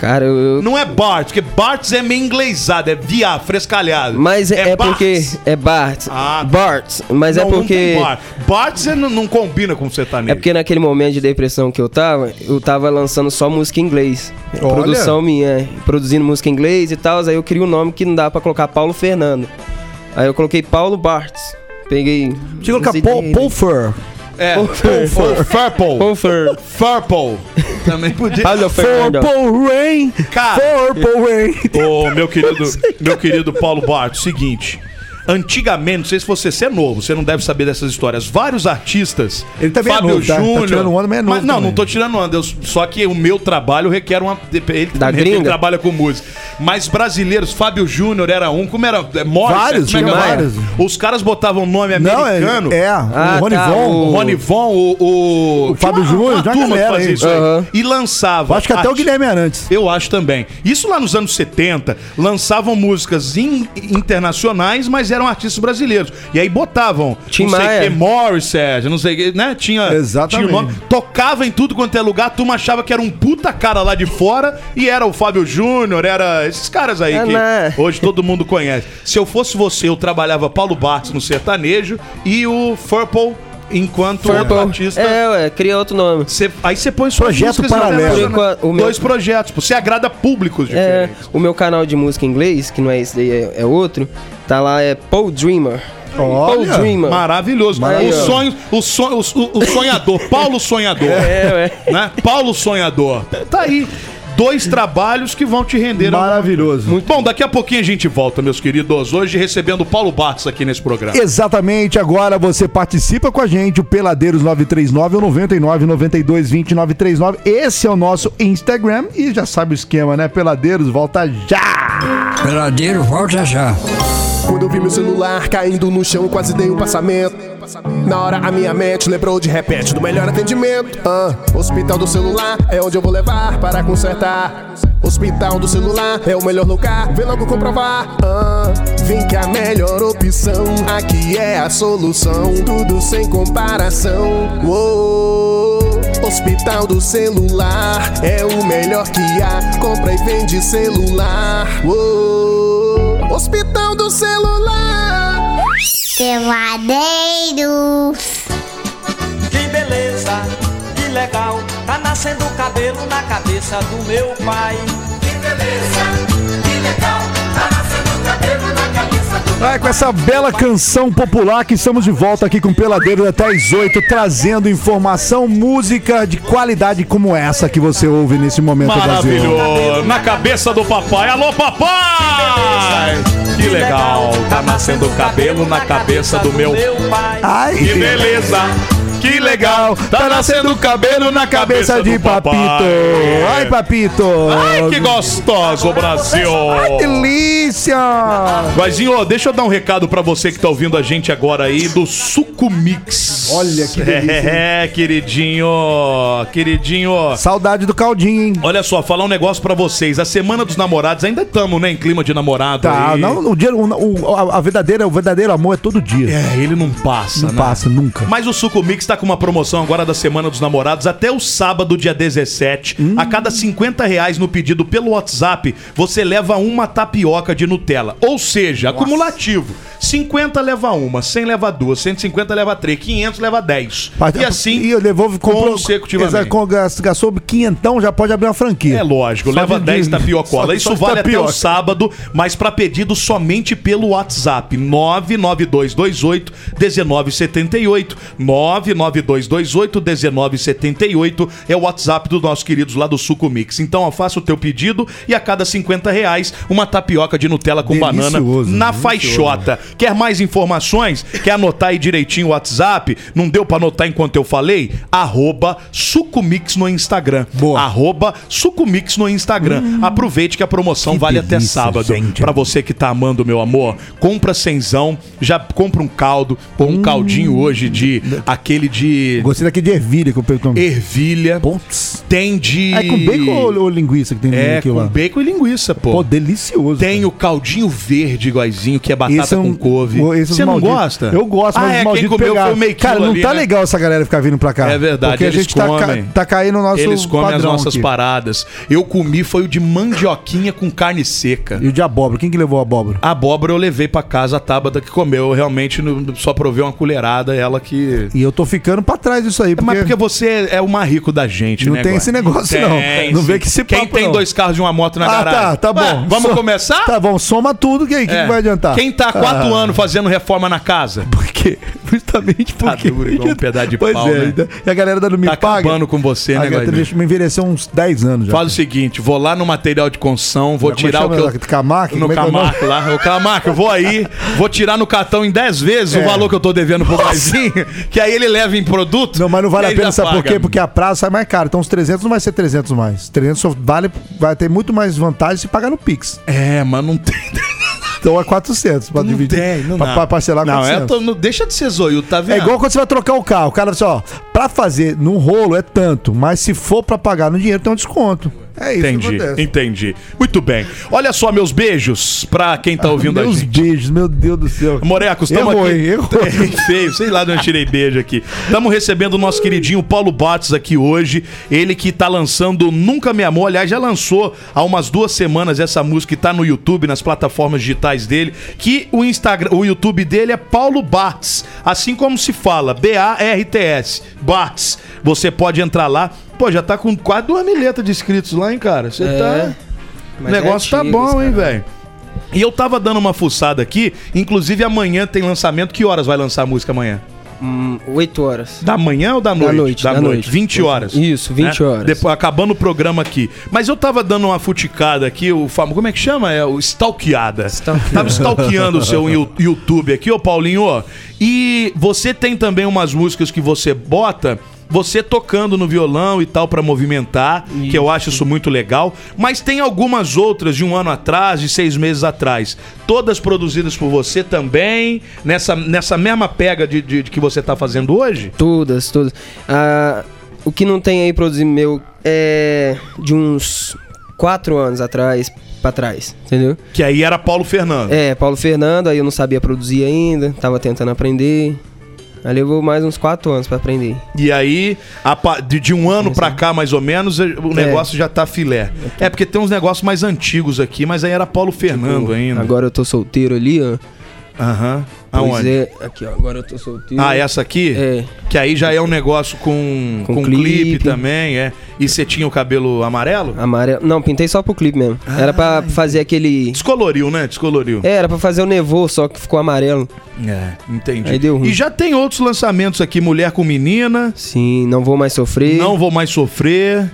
Speaker 4: Cara, eu,
Speaker 2: Não é Bartz, porque Bartz é meio inglesado, é via, frescalhado.
Speaker 4: Mas é, é
Speaker 2: Bartz.
Speaker 4: porque. É Bart.
Speaker 2: Ah, tá.
Speaker 4: Bart. Mas é
Speaker 2: Não, não
Speaker 4: porque.
Speaker 2: tem Bar- Bartz é- não, não combina com sertanejo.
Speaker 4: é porque naquele momento de depressão que eu tava, eu tava lançando só música em inglês.
Speaker 3: Olha.
Speaker 4: Produção minha, é, produzindo música em inglês e tal. Aí eu criei um nome que não dá pra colocar Paulo Fernando. Aí eu coloquei Paulo Bart. Peguei.
Speaker 3: Tinha que
Speaker 4: as
Speaker 3: colocar Paul,
Speaker 4: ideias.
Speaker 3: Paul Fur.
Speaker 2: É.
Speaker 4: Ou Furple.
Speaker 2: Furple.
Speaker 4: Paulo Fer-
Speaker 2: Furple. Também podia.
Speaker 4: Paulo Fernando.
Speaker 3: Paul Rain.
Speaker 2: Cara. é
Speaker 3: Paul Rain.
Speaker 2: Ô, meu querido, meu querido Paulo Barto, seguinte. Antigamente, não sei se você, você é novo, você não deve saber dessas histórias. Vários artistas.
Speaker 3: Ele também é novo, tá? Tá tirando onda, mas é novo
Speaker 2: não,
Speaker 3: também.
Speaker 2: não tô tirando onda. eu- só que o meu trabalho requer uma. Ele,
Speaker 4: Da
Speaker 2: ele
Speaker 4: gringa?
Speaker 2: trabalha com música. Mas brasileiros, Fábio Júnior era um, como era? É, Morris,
Speaker 3: Vários,
Speaker 2: como é que
Speaker 3: tinha
Speaker 2: era?
Speaker 3: vários.
Speaker 2: Os caras botavam nome
Speaker 3: Não, é.
Speaker 2: americano.
Speaker 3: É,
Speaker 4: Ah,
Speaker 3: o Rony
Speaker 4: tá,
Speaker 2: O
Speaker 3: Von.
Speaker 2: Rony Von, o. O,
Speaker 3: O Fábio
Speaker 2: tinha
Speaker 3: Júnior,
Speaker 2: uma
Speaker 3: tinha uma
Speaker 2: turma que
Speaker 3: galera
Speaker 2: fazia
Speaker 3: aí.
Speaker 2: isso aí.
Speaker 4: Aham.
Speaker 2: E lançava.
Speaker 3: Eu Acho que até o
Speaker 2: arti-
Speaker 3: Guilherme Arantes.
Speaker 2: eu acho também. Isso lá nos anos 70, lançavam músicas in- internacionais, mas eram artistas brasileiros. E aí botavam,
Speaker 4: Tim
Speaker 2: não
Speaker 4: Maia.
Speaker 2: sei o que, Morissette, não sei o que, né? Tinha,
Speaker 3: Exatamente.
Speaker 2: tinha o nome. Tocava em tudo quanto é lugar, a turma achava que era um puta cara lá de fora, e era o Fábio Júnior, era esses caras aí
Speaker 4: Ah,
Speaker 2: que
Speaker 4: né?
Speaker 2: hoje todo mundo conhece. Se eu fosse você, eu trabalhava Paulo Bartz no sertanejo e o Furple enquanto outro artista...
Speaker 4: É, ué, cria outro nome.
Speaker 2: Cê- aí você põe suas
Speaker 3: Projeto
Speaker 2: músicas na
Speaker 3: paralelo.
Speaker 2: mesma-
Speaker 4: Por enquanto, o meu-
Speaker 2: Dois projetos. pô. Você agrada públicos
Speaker 4: É,
Speaker 2: diferentes.
Speaker 4: o meu canal de música em inglês, que não é esse daí, é, é outro, tá lá, é Paul Dreamer. Paul
Speaker 3: Olha,
Speaker 4: Dreamer.
Speaker 2: Maravilhoso.
Speaker 4: Maravilhoso.
Speaker 2: O sonho, o sonho, o, o sonhador, Paulo Sonhador.
Speaker 4: É, ué.
Speaker 2: Né? Paulo Sonhador. Tá aí. Dois trabalhos que vão te render.
Speaker 3: Maravilhoso.
Speaker 2: Muito bom, daqui a pouquinho a gente volta, meus queridos. Hoje recebendo o Paulo Bartz aqui nesse programa.
Speaker 3: Exatamente, agora você participa com a gente, o Peladeiros 939 ou 99 92 20 939. Esse é o nosso Instagram e já sabe o esquema, né? Peladeiros, volta já!
Speaker 6: Peladeiro, volta já.
Speaker 7: Quando eu vi meu celular caindo no chão, quase dei um passamento. Na hora a minha mente lembrou de repente do melhor atendimento. Ah, hospital do celular é onde eu vou levar para consertar. Hospital do celular é o melhor lugar, vem logo comprovar. Ah, vem que a melhor opção aqui é a solução, tudo sem comparação. Uou. Hospital do celular é o melhor que há, compra e vende celular. Uou. Hospital do celular.
Speaker 8: Peladeiros.
Speaker 9: Que beleza, que legal, tá nascendo cabelo na cabeça do meu pai. Que beleza, que legal, tá nascendo cabelo na cabeça do
Speaker 3: Ah, com essa bela canção popular que estamos de volta aqui com Peladeiros até as 8, trazendo informação, música de qualidade como essa que você ouve nesse momento, Brasil.
Speaker 2: Maravilhoso. Na cabeça do papai. Alô, papai! Que legal. Tá nascendo cabelo na cabeça do meu
Speaker 9: pai.
Speaker 3: Ai,
Speaker 2: Que beleza! Que legal! Tá nascendo cabelo na
Speaker 3: cabeça de Papito! Ai, Papito!
Speaker 2: Ai, que gostoso, Brasil!
Speaker 3: Ai, delícia!
Speaker 2: Guazinho, ó, deixa eu dar um recado pra você que tá ouvindo a gente agora aí do Suco Mix.
Speaker 3: Olha, que delícia, hein?
Speaker 2: É, queridinho, queridinho.
Speaker 3: Saudade do caldinho, hein?
Speaker 2: Olha só, falar um negócio pra vocês. A semana dos namorados, ainda estamos, né, em clima de namorado
Speaker 3: Tá,
Speaker 2: aí.
Speaker 3: não, o dia, o- o- a, a verdadeira, o verdadeiro amor é todo dia.
Speaker 2: É, ele não passa,
Speaker 3: não
Speaker 2: né?
Speaker 3: passa nunca.
Speaker 2: Mas o Suco Mix tá com uma promoção agora da Semana dos Namorados até o sábado, dia 17.
Speaker 3: Hum.
Speaker 2: A cada 50 reais no pedido pelo WhatsApp, você leva uma tapioca de Nutella. Ou seja, acumulativo. 50 leva uma, 100 leva duas, 150 leva três, 500 leva 10.
Speaker 3: Mas- é
Speaker 2: E assim,
Speaker 3: e levou comprou,
Speaker 2: consecutivamente.
Speaker 3: Exato, com- gas- gastou quinhentão, já pode abrir uma franquia.
Speaker 2: É lógico,
Speaker 3: Só
Speaker 2: leva
Speaker 3: de-
Speaker 2: 10
Speaker 3: de-
Speaker 2: tapiocola.
Speaker 3: só-
Speaker 2: Isso
Speaker 3: só de
Speaker 2: vale até o
Speaker 3: tapioca.
Speaker 2: sábado, mas para pedido somente pelo WhatsApp 99228 1978. 99228 1978 é o WhatsApp dos nossos queridos lá do Suco Mix. Então, ó, faça o teu pedido e a cada 50 reais uma tapioca de Nutella com
Speaker 3: Delicioso,
Speaker 2: banana na
Speaker 3: delicioso.
Speaker 2: faixota. Quer mais informações? Quer anotar aí direitinho o WhatsApp? Não deu para anotar enquanto eu falei? Arroba Suco Mix no Instagram.
Speaker 3: Boa. Hum.
Speaker 2: Arroba arroba Sucumix no Instagram. Aproveite que a promoção
Speaker 3: Que
Speaker 2: vale até
Speaker 3: delícia,
Speaker 2: sábado.
Speaker 3: gente.
Speaker 2: Pra você que tá amando, meu amor, compra cenzão, já compra um caldo, com
Speaker 3: Hum.
Speaker 2: um caldinho hoje de aquele de
Speaker 3: Gostei daquele de ervilha que eu perguntei.
Speaker 2: ervilha.
Speaker 3: Pontos.
Speaker 2: Tem de
Speaker 3: É com bacon ou, ou linguiça que tem
Speaker 2: É,
Speaker 3: aqui
Speaker 2: com
Speaker 3: lá?
Speaker 2: bacon e linguiça, pô.
Speaker 3: Pô, delicioso.
Speaker 2: Tem o caldinho verde, iguaizinho, que é batata
Speaker 3: Esse é um-
Speaker 2: com couve.
Speaker 3: o- esses
Speaker 2: Você não
Speaker 3: malditos.
Speaker 2: gosta?
Speaker 3: Eu gosto, mas
Speaker 2: ah,
Speaker 3: os
Speaker 2: é, quem
Speaker 3: malditos
Speaker 2: comeu
Speaker 3: pegaram.
Speaker 2: foi meio quilo
Speaker 3: Cara, não
Speaker 2: ali,
Speaker 3: tá
Speaker 2: né?
Speaker 3: legal essa galera ficar vindo pra cá.
Speaker 2: É verdade,
Speaker 3: Porque a
Speaker 2: eles
Speaker 3: gente tá, ca-
Speaker 2: comem.
Speaker 3: tá caindo no nosso
Speaker 2: Eles comem as
Speaker 3: padrão
Speaker 2: nossas
Speaker 3: aqui.
Speaker 2: paradas. Eu comi foi o de mandioquinha com carne seca.
Speaker 3: E o de abóbora, quem que levou a abóbora?
Speaker 2: A abóbora eu levei pra casa a Tabata que comeu. Eu realmente não- só provei uma colherada, ela que.
Speaker 3: E eu tô ficando pra trás disso aí. Porque...
Speaker 2: Mas porque você é o mais rico da gente,
Speaker 3: Não
Speaker 2: né?
Speaker 3: tem
Speaker 2: Guai?
Speaker 3: esse negócio, não. Não
Speaker 2: sim.
Speaker 3: vem com esse
Speaker 2: Quem
Speaker 3: papo,
Speaker 2: tem
Speaker 3: não.
Speaker 2: dois carros e uma moto na
Speaker 3: Ah,
Speaker 2: garagem?
Speaker 3: tá, tá bom.
Speaker 2: Ué, vamos
Speaker 3: So-
Speaker 2: começar?
Speaker 3: Tá bom, soma tudo que aí, o que,
Speaker 2: É.
Speaker 3: que vai adiantar? Ah.
Speaker 2: Quem tá há quatro anos fazendo reforma na casa?
Speaker 3: Por quê? Justamente
Speaker 2: Tá
Speaker 3: porque.
Speaker 2: duro igual um pedaço de
Speaker 3: pois
Speaker 2: pau,
Speaker 3: é,
Speaker 2: né?
Speaker 3: ainda- E a galera da Não Me
Speaker 2: Tá
Speaker 3: Paga.
Speaker 2: acabando com você,
Speaker 3: a
Speaker 2: né,
Speaker 3: galera
Speaker 2: Guaidó?
Speaker 3: deixa- me envelheceu uns 10 anos já.
Speaker 2: Faz o seguinte, vou lá no material de construção, vou
Speaker 3: Como é
Speaker 2: tirar
Speaker 3: chama
Speaker 2: o
Speaker 3: lá?
Speaker 2: que eu...
Speaker 3: Camargo?
Speaker 2: No
Speaker 3: Como é que é o nome?
Speaker 2: Camargo lá. O Camargo, eu vou aí, vou tirar no cartão em 10 vezes
Speaker 3: É.
Speaker 2: o valor que eu tô devendo pro Gaizinho, que aí ele leva em produto.
Speaker 3: Não, mas não vale
Speaker 2: e
Speaker 3: a
Speaker 2: aí
Speaker 3: pena,
Speaker 2: já
Speaker 3: sabe por
Speaker 2: paga.
Speaker 3: quê? Porque a praça sai mais cara. Então os 300 não vai ser 300 mais. 300 só vale, vai ter muito mais vantagem se pagar no Pix.
Speaker 2: É, mas não tem.
Speaker 3: Então é 400 pra dividir. pra,
Speaker 2: dá.
Speaker 3: pra parcelar
Speaker 2: não,
Speaker 3: 400.
Speaker 2: é, tô- não, deixa de ser zoiudo, tá vendo?
Speaker 3: É igual quando você vai trocar o carro. O cara fala assim, ó, pra fazer num rolo é tanto, mas se for pra pagar no dinheiro tem um desconto. É isso
Speaker 2: Entendi, Então,
Speaker 3: que acontece.
Speaker 2: entendi. Muito bem. Olha só meus beijos pra quem tá ouvindo a
Speaker 3: Ah, Meus
Speaker 2: gente.
Speaker 3: beijos, meu Deus do céu. É
Speaker 2: Morecos, estamos
Speaker 3: Errou,
Speaker 2: aqui. É
Speaker 3: hein? Errou.
Speaker 2: Errei feio, sei lá de onde eu tirei beijo aqui. Estamos recebendo o nosso queridinho Paulo Bates aqui hoje. Ele que tá lançando Nunca Me Amou. Aliás, já lançou há umas duas semanas essa música e tá no YouTube, nas plataformas digitais dele. Que o Instagram, o YouTube dele é Paulo Bates. Assim como se fala, B-A-R-T-S. Bates. Você pode entrar lá. Pô, já tá com quase duas milhetas de inscritos lá, hein, cara? Você tá. O
Speaker 4: Mas é
Speaker 2: negócio tá
Speaker 4: antigo esse
Speaker 2: bom, hein,
Speaker 4: canal.
Speaker 2: velho? E eu tava dando uma fuçada aqui, inclusive amanhã tem lançamento. Que horas vai lançar a música amanhã?
Speaker 4: Hum, Oito horas.
Speaker 2: Da manhã ou da noite?
Speaker 4: Da noite, da noite.
Speaker 2: 20 horas. Né?
Speaker 4: Isso, 20 horas.
Speaker 2: Depois, acabando o programa aqui. Mas eu tava dando uma futicada aqui, o famo, como é que chama? É o stalkeada.
Speaker 4: Stalkeada.
Speaker 2: Tava stalkeando o seu Yu- YouTube aqui, ô Paulinho. ó. E você tem também umas músicas que você bota você tocando no violão e tal pra movimentar, que eu acho isso muito legal. Mas tem algumas outras de um ano atrás, de seis meses atrás, todas produzidas por você também, nessa, nessa mesma pega de, de- de que você tá fazendo hoje?
Speaker 4: Todas, todas. Ah, o que não tem aí produzido meu é de uns quatro anos atrás pra trás, entendeu?
Speaker 2: Que aí era Paulo Fernando.
Speaker 4: É, Paulo Fernando, aí eu não sabia produzir ainda, tava tentando aprender. Aí levou mais uns quatro anos pra aprender.
Speaker 2: E aí, a pa- de, de um ano pra cá, mais ou menos, eh, o
Speaker 4: É.
Speaker 2: negócio já tá filé. É porque tem uns negócios mais antigos aqui, mas aí era Paulo Fernando ainda.
Speaker 4: Tipo, Agora eu tô solteiro ali, ó.
Speaker 2: Aham.
Speaker 4: Pois
Speaker 2: Aonde?
Speaker 4: é, aqui, ó. Agora eu tô solteiro.
Speaker 2: Ah, essa aqui?
Speaker 4: É.
Speaker 2: Que aí já é um negócio com, com,
Speaker 4: Com
Speaker 2: clipe.
Speaker 4: clipe. Ah.
Speaker 2: também, é. E você tinha o cabelo amarelo?
Speaker 4: Amarelo. Não, pintei só pro clipe mesmo. era pra fazer aquele.
Speaker 2: Descoloriu, né? Descoloriu.
Speaker 4: É, era pra fazer o nevô, só que ficou amarelo.
Speaker 2: É, entendi.
Speaker 4: Aí deu ruim.
Speaker 2: E já tem outros lançamentos aqui, Mulher com Menina.
Speaker 4: Sim, não vou mais sofrer.
Speaker 2: Não vou mais sofrer.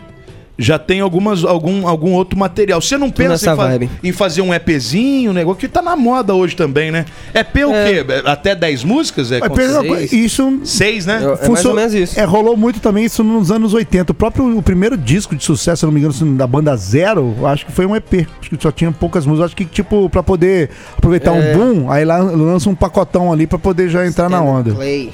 Speaker 2: Já tem algumas, algum, algum outro material. Você não pensa
Speaker 4: nessa
Speaker 2: em, fa-
Speaker 4: vibe.
Speaker 2: em fazer um EPzinho, um negócio que tá na moda hoje também, né? EP o
Speaker 4: É.
Speaker 2: quê? Até 10 músicas? É
Speaker 3: Mas
Speaker 2: quanto?
Speaker 3: pensa uma
Speaker 4: seis?
Speaker 3: coisa, isso
Speaker 2: Seis, né?
Speaker 4: Eu- É mais ou menos isso.
Speaker 3: É, rolou muito também isso nos anos 80. O próprio o primeiro disco de sucesso, se eu não me engano, se não- da banda Zero, eu acho que foi um EP. Acho que só tinha poucas músicas. Acho que, tipo, pra poder aproveitar
Speaker 4: É.
Speaker 3: um boom, aí lá lança um pacotão ali pra poder já entrar na onda.
Speaker 4: Play.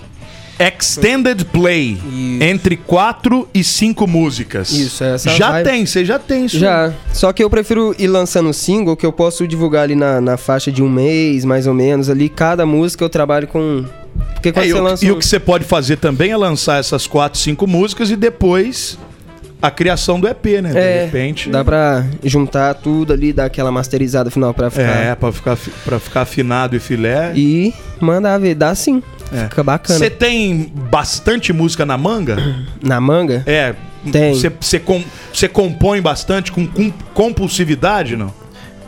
Speaker 2: Extended Play.
Speaker 4: Isso.
Speaker 2: Entre quatro e cinco músicas.
Speaker 4: Isso, é essa
Speaker 2: Já
Speaker 4: vibe.
Speaker 2: tem, você já tem isso.
Speaker 4: Já. Só que eu prefiro ir lançando um single, que eu posso divulgar ali na, na faixa de um mês, mais ou menos. Ali, cada música eu trabalho com. Porque quando
Speaker 2: É, e,
Speaker 4: você
Speaker 2: o-
Speaker 4: lança.
Speaker 2: e o
Speaker 4: um-
Speaker 2: que você pode fazer também é lançar essas quatro, cinco músicas e depois a criação do EP, né?
Speaker 4: É,
Speaker 2: de repente.
Speaker 4: Dá pra juntar tudo ali, dar aquela masterizada final pra ficar.
Speaker 2: É, pra ficar, fi- pra ficar afinado e filé.
Speaker 4: E mandar ver. Dá sim.
Speaker 2: É.
Speaker 4: Fica bacana.
Speaker 2: Você tem bastante música na manga?
Speaker 4: Na manga?
Speaker 2: É.
Speaker 4: Tem.
Speaker 2: Você com, você compõe bastante com, com compulsividade, não?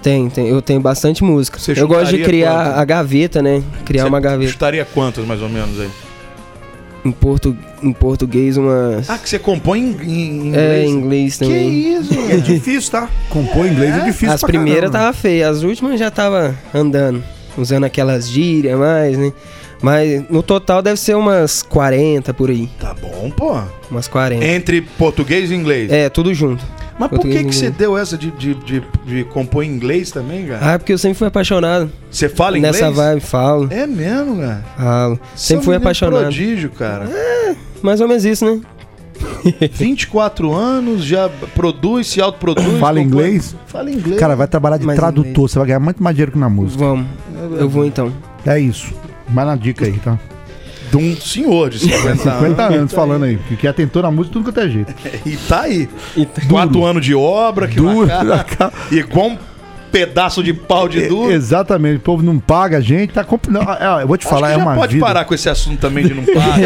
Speaker 4: Tem, tem. Eu tenho bastante música.
Speaker 2: Você
Speaker 4: eu gosto de
Speaker 2: chutaria
Speaker 4: criar
Speaker 2: quanto?
Speaker 4: a gaveta, né? Criar
Speaker 2: Cê
Speaker 4: uma gaveta.
Speaker 2: Chutaria quantas, mais ou menos, aí?
Speaker 4: Em, portu... em português, umas.
Speaker 2: Ah, que você compõe em, em inglês?
Speaker 4: é, em inglês
Speaker 2: Que
Speaker 4: também.
Speaker 2: isso,
Speaker 3: É
Speaker 2: mano?
Speaker 3: difícil, tá? Compor inglês é, difícil
Speaker 4: As primeiras
Speaker 3: tá
Speaker 4: tava feia, as últimas já tava andando, usando aquelas gírias mais, né? Mas no total deve ser umas 40 por aí,
Speaker 2: Tá bom, pô.
Speaker 4: umas 40. É,
Speaker 2: Entre português e inglês.
Speaker 4: tudo junto.
Speaker 2: Mas por que
Speaker 4: Português
Speaker 2: que
Speaker 4: e
Speaker 2: você
Speaker 4: inglês.
Speaker 2: deu essa de, de, de, de compor em inglês também, cara?
Speaker 4: Ah, porque eu sempre fui apaixonado.
Speaker 2: Você fala inglês?
Speaker 4: Ah, Nessa vibe, falo,
Speaker 2: É mesmo, cara.
Speaker 4: falo.
Speaker 2: Você é um
Speaker 4: Sempre fui
Speaker 2: menino
Speaker 4: apaixonado.
Speaker 2: prodígio, cara.
Speaker 4: Mais ou menos isso, né?
Speaker 2: 24 anos, já produz, se autoproduz.
Speaker 3: Fala
Speaker 2: compõe-
Speaker 3: inglês?
Speaker 2: Fala inglês.
Speaker 3: Cara, vai trabalhar de
Speaker 4: Mas
Speaker 3: tradutor,
Speaker 4: inglês.
Speaker 3: você vai ganhar muito mais dinheiro que na música.
Speaker 4: Vamos. Eu vou então.
Speaker 3: É isso. Vai na dica aí, tá?
Speaker 2: de um senhor de 50
Speaker 4: Tá.
Speaker 2: anos.
Speaker 3: 50 anos falando aí, que atentou na música tudo quanto é jeito.
Speaker 2: E tá aí. Quatro anos de obra, que
Speaker 3: tá Duro,
Speaker 2: na cara-
Speaker 3: na cara.
Speaker 2: Igual um pedaço de pau de
Speaker 3: E-
Speaker 2: duro.
Speaker 3: Exatamente, o povo não paga a gente, tá compl... não, é, Eu vou te
Speaker 2: Acho
Speaker 3: falar,
Speaker 2: que
Speaker 3: é
Speaker 2: já
Speaker 3: uma
Speaker 2: pode
Speaker 3: vida. É.
Speaker 2: parar com esse assunto também de não pagar.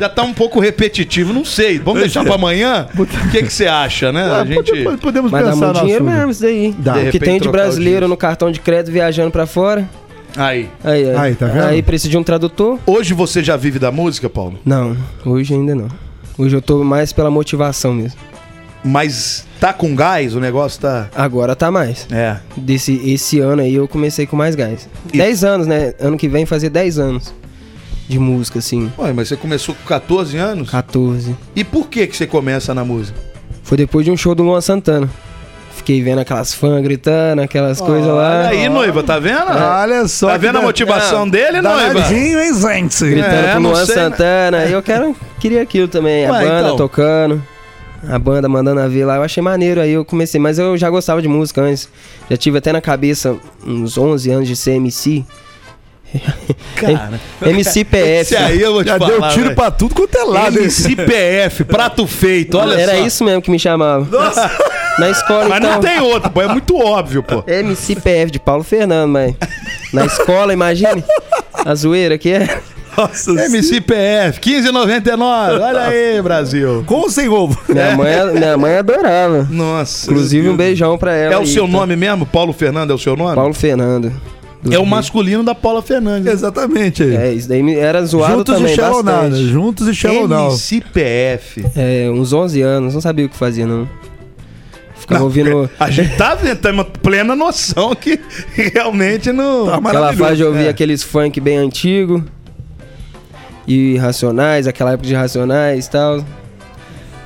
Speaker 2: já tá um pouco repetitivo, não sei. Vamos deixar pra amanhã? O que que você acha, né?
Speaker 3: Ah,
Speaker 2: A gente...
Speaker 3: pode- pode- Podemos
Speaker 4: Mas dá
Speaker 3: pensar
Speaker 4: muito
Speaker 3: no
Speaker 4: dinheiro
Speaker 3: assunto.
Speaker 4: mesmo isso daí.
Speaker 3: Dá.
Speaker 2: De
Speaker 4: O que tem
Speaker 2: repente
Speaker 4: de
Speaker 2: trocar o
Speaker 4: brasileiro
Speaker 2: jeans.
Speaker 4: no cartão de crédito viajando pra fora.
Speaker 2: Aí.
Speaker 4: Aí, aí.
Speaker 3: Aí, tá vendo?
Speaker 4: Aí precisa de um tradutor.
Speaker 2: Hoje você já vive da música, Paulo?
Speaker 4: Não, hoje ainda não. Hoje eu tô mais pela motivação mesmo.
Speaker 2: Mas tá com gás? O negócio tá...
Speaker 4: Agora tá mais.
Speaker 2: É.
Speaker 4: Desse, esse ano aí eu comecei com mais gás. 10 anos, né? Ano que vem fazer 10 anos de música, assim.
Speaker 2: Ué, mas você começou com 14 anos?
Speaker 4: 14.
Speaker 2: E por que que você começa na música?
Speaker 4: Foi depois de um show do Luan Santana. Fiquei vendo aquelas fãs gritando, aquelas coisas lá.
Speaker 2: Olha aí, noiva, tá vendo?
Speaker 3: Olha Ah. É. só.
Speaker 2: Tá
Speaker 3: que é.
Speaker 2: vendo a
Speaker 3: da-
Speaker 2: motivação né,
Speaker 4: Não,
Speaker 2: dele, noiva?
Speaker 3: Danadinho, hein, gente?
Speaker 4: Gritando
Speaker 2: É,
Speaker 4: pro
Speaker 2: não
Speaker 4: Luan
Speaker 2: sei, né?
Speaker 4: Santana. E eu quero, queria aquilo também. a
Speaker 2: Ué,
Speaker 4: banda
Speaker 2: então.
Speaker 4: tocando. A banda mandando a ver lá. Eu achei maneiro. Aí eu comecei. Mas eu já gostava de música antes. Já tive até na cabeça uns 11 anos de ser MC.
Speaker 2: Cara.
Speaker 4: MCPF.
Speaker 2: Esse
Speaker 4: né?
Speaker 2: aí eu vou te
Speaker 3: Já
Speaker 2: falar.
Speaker 3: deu tiro
Speaker 2: velho.
Speaker 3: pra tudo quanto é lado. hein?
Speaker 2: MCPF, prato feito, olha
Speaker 4: Era
Speaker 2: só.
Speaker 4: isso mesmo que me chamava. Na escola,
Speaker 2: Mas
Speaker 4: então.
Speaker 2: não tem outro, pô. É muito óbvio, pô.
Speaker 4: MCPF de Paulo Fernando, mas. Na escola, imagine. A zoeira que é.
Speaker 3: Nossa,
Speaker 2: MCPF, 15,99. Olha aí, Brasil.
Speaker 3: Com ou sem ovo?
Speaker 4: Minha mãe, minha mãe adorava.
Speaker 2: É. Nossa.
Speaker 4: Inclusive, um beijão pra ela.
Speaker 2: É o
Speaker 4: aí,
Speaker 2: seu
Speaker 4: tá?
Speaker 2: nome mesmo? Paulo Fernando é o seu nome?
Speaker 4: Paulo Fernando.
Speaker 2: é o masculino da Paula Fernandes.
Speaker 3: Exatamente.
Speaker 4: É, isso daí me- era zoado
Speaker 3: Juntos e
Speaker 4: também,
Speaker 3: Shalonada.
Speaker 4: bastante.
Speaker 3: Juntos e Shalonada.
Speaker 2: MCPF.
Speaker 4: É, uns 11 anos, não sabia o que fazia, não. Ficava ouvindo
Speaker 3: é
Speaker 2: A gente tá vendo, tem uma plena noção que realmente não.
Speaker 3: Tá
Speaker 4: aquela
Speaker 3: maravilhoso.
Speaker 4: fase de ouvir
Speaker 2: é.
Speaker 4: aqueles funk bem antigo. E Racionais, aquela época de Racionais e tal.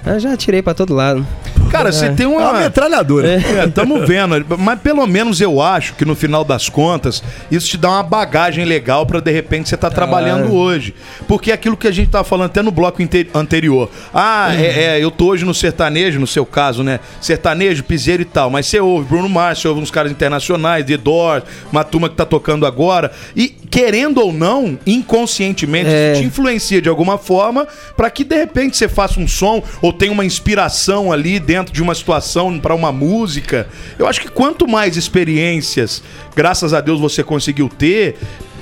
Speaker 4: Eu já tirei pra todo lado.
Speaker 2: Cara, você tem
Speaker 3: É uma
Speaker 2: uma.
Speaker 3: metralhadora.
Speaker 2: É, tamo vendo. Mas pelo menos eu acho que no final das contas, isso te dá uma bagagem legal pra de repente você tá trabalhando hoje. Porque é aquilo que a gente tava falando até no bloco inte- anterior. Ah, é, é, eu tô hoje no sertanejo, no seu caso, né? Sertanejo, piseiro e tal. Mas você ouve Bruno Mars, você ouve uns caras internacionais, The Doors, uma turma que tá tocando agora. E querendo ou não, inconscientemente,
Speaker 4: É.
Speaker 2: isso te influencia de alguma forma pra que de repente você faça um som ou tenha uma inspiração ali dentro de uma situação pra uma música. Eu acho que quanto mais experiências, graças a Deus você conseguiu ter,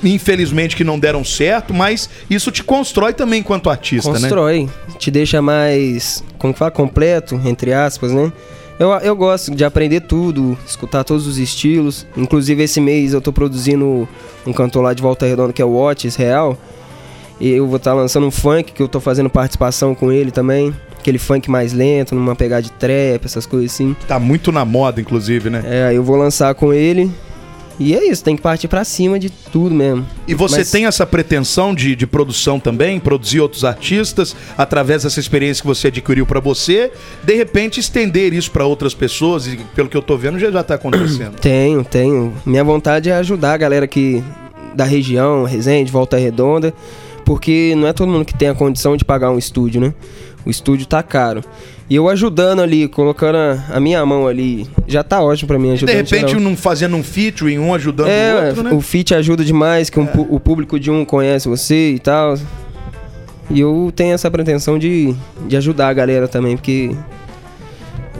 Speaker 2: infelizmente que não deram certo, mas isso te constrói também enquanto artista, né?
Speaker 4: Constrói, te deixa mais, como que fala, completo, entre aspas, né? Eu, eu gosto de aprender tudo, escutar todos os estilos. Inclusive, esse mês eu tô produzindo um cantor lá de Volta Redonda, que é o Otis Real. E eu vou estar lançando um funk, que eu tô fazendo participação com ele também. Aquele funk mais lento, numa pegada de trap, essas coisas assim.
Speaker 2: Tá muito na moda, inclusive, né?
Speaker 4: É, aí eu vou lançar com ele. E é isso, tem que partir pra cima de tudo mesmo.
Speaker 2: E você
Speaker 4: Mas-
Speaker 2: tem essa pretensão de, de produção também, produzir outros artistas, através dessa experiência que você adquiriu pra você, de repente estender isso pra outras pessoas, e pelo que eu tô vendo, já, já tá acontecendo.
Speaker 4: Tenho, tenho. Minha vontade é ajudar a galera que da região, Resende, Volta Redonda, porque não é todo mundo que tem a condição de pagar um estúdio, né? O estúdio tá caro. E eu ajudando ali, colocando a- a minha mão ali, já tá ótimo pra mim
Speaker 2: de
Speaker 4: ajudando.
Speaker 2: repente,
Speaker 4: geral.
Speaker 2: um fazendo um featuring, um ajudando o
Speaker 4: é,
Speaker 2: outro, né?
Speaker 4: o fit ajuda demais, que um pu- o público de um conhece você e tal. E eu tenho essa pretensão de, de ajudar a galera também, porque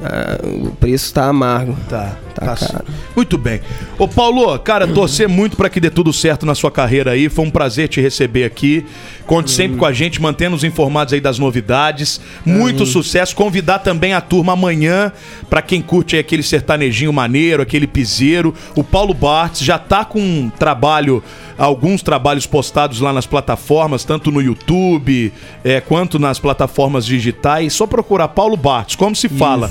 Speaker 4: ah, o preço tá amargo.
Speaker 2: Tá,
Speaker 4: Tá
Speaker 2: sim.
Speaker 4: caro.
Speaker 2: Muito bem. Ô Paulo, cara, torcer muito pra que dê tudo certo na sua carreira aí. Foi um prazer te receber aqui. Conte
Speaker 4: Hum.
Speaker 2: sempre com a gente, mantendo-nos informados aí das novidades.
Speaker 4: Hum.
Speaker 2: Muito sucesso. Convidar também a turma amanhã pra quem curte aí aquele sertanejinho maneiro, aquele piseiro. O Paulo Bartz já tá com um trabalho, alguns trabalhos postados lá nas plataformas, tanto no YouTube é, quanto nas plataformas digitais. Só procurar Paulo Bartz, como se fala?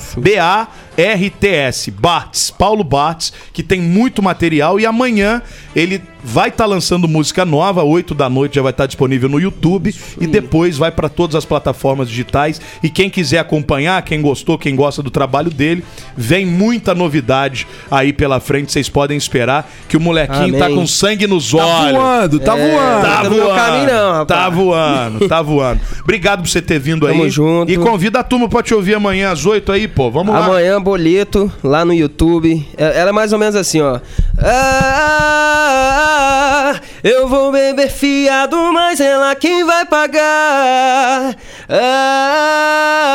Speaker 2: B-A-R-T-S, Bartz, Paulo Bartz, que tem muito material e amanhã ele vai estar lançando música nova, 8 da noite já vai estar disponível no YouTube e depois vai para todas as plataformas digitais. E quem quiser acompanhar, quem gostou, quem gosta do trabalho dele, vem muita novidade aí pela frente, vocês podem esperar que o molequinho tá
Speaker 4: Amém.
Speaker 2: com sangue nos
Speaker 3: Tá
Speaker 2: olhos.
Speaker 3: voando, tá voando.
Speaker 2: Tá
Speaker 4: Tá no meu
Speaker 2: voando,
Speaker 4: caminho não, rapaz.
Speaker 2: tá voando, tá voando. Obrigado por você ter vindo aí.
Speaker 4: Tamo junto.
Speaker 2: E convida a turma pra te ouvir amanhã às 8 aí, pô. Vamos lá.
Speaker 4: Amanhã, boleto, lá no YouTube. É- Era mais ou menos assim, ó. Ah, eu vou beber fiado, mas ela quem vai pagar. Ah,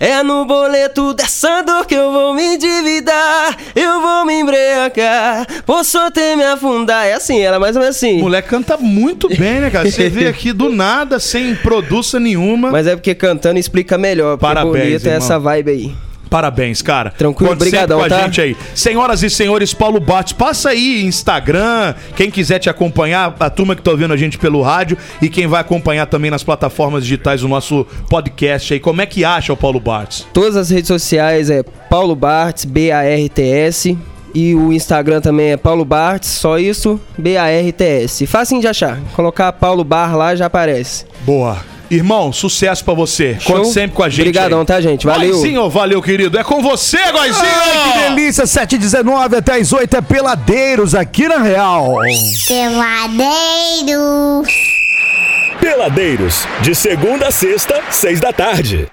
Speaker 4: É no boleto dessa dor que eu vou me endividar. Eu vou me embriagar. Posso até me afundar. É assim, era mais ou menos assim.
Speaker 2: O moleque canta muito bem, né, cara? Você vê aqui do nada, sem produça nenhuma.
Speaker 4: Mas é porque cantando explica melhor. Porque
Speaker 2: Parabéns,
Speaker 4: bonito é
Speaker 2: irmão.
Speaker 4: essa vibe aí.
Speaker 2: Parabéns, cara.
Speaker 4: Tranquilo,
Speaker 2: Conte sempre
Speaker 4: brigadão,
Speaker 2: com a
Speaker 4: tá?
Speaker 2: gente aí. Senhoras e senhores, Paulo Bates, passa aí Instagram, quem quiser te acompanhar, a turma que tá ouvindo a gente pelo rádio e quem vai acompanhar também nas plataformas digitais o nosso podcast aí. Como é que acha o Paulo Bates?
Speaker 4: Todas as redes sociais é Paulo Bartz, B-A-R-T-S. E o Instagram também é Paulo Bartz, só isso, B-A-R-T-S. Facinho de achar. Colocar Paulo Bar lá já aparece.
Speaker 2: Boa. Irmão, sucesso pra você. Conte
Speaker 4: Show?
Speaker 2: sempre com a gente.
Speaker 4: Obrigadão,
Speaker 2: aí.
Speaker 4: tá, gente? Valeu.
Speaker 2: Goizinho, valeu, querido. É com você, Goizinho!
Speaker 3: Ai, que delícia, 7h19 até as 8 é Peladeiros aqui na Real.
Speaker 8: Peladeiro.
Speaker 1: Peladeiros, de segunda a sexta, seis da tarde.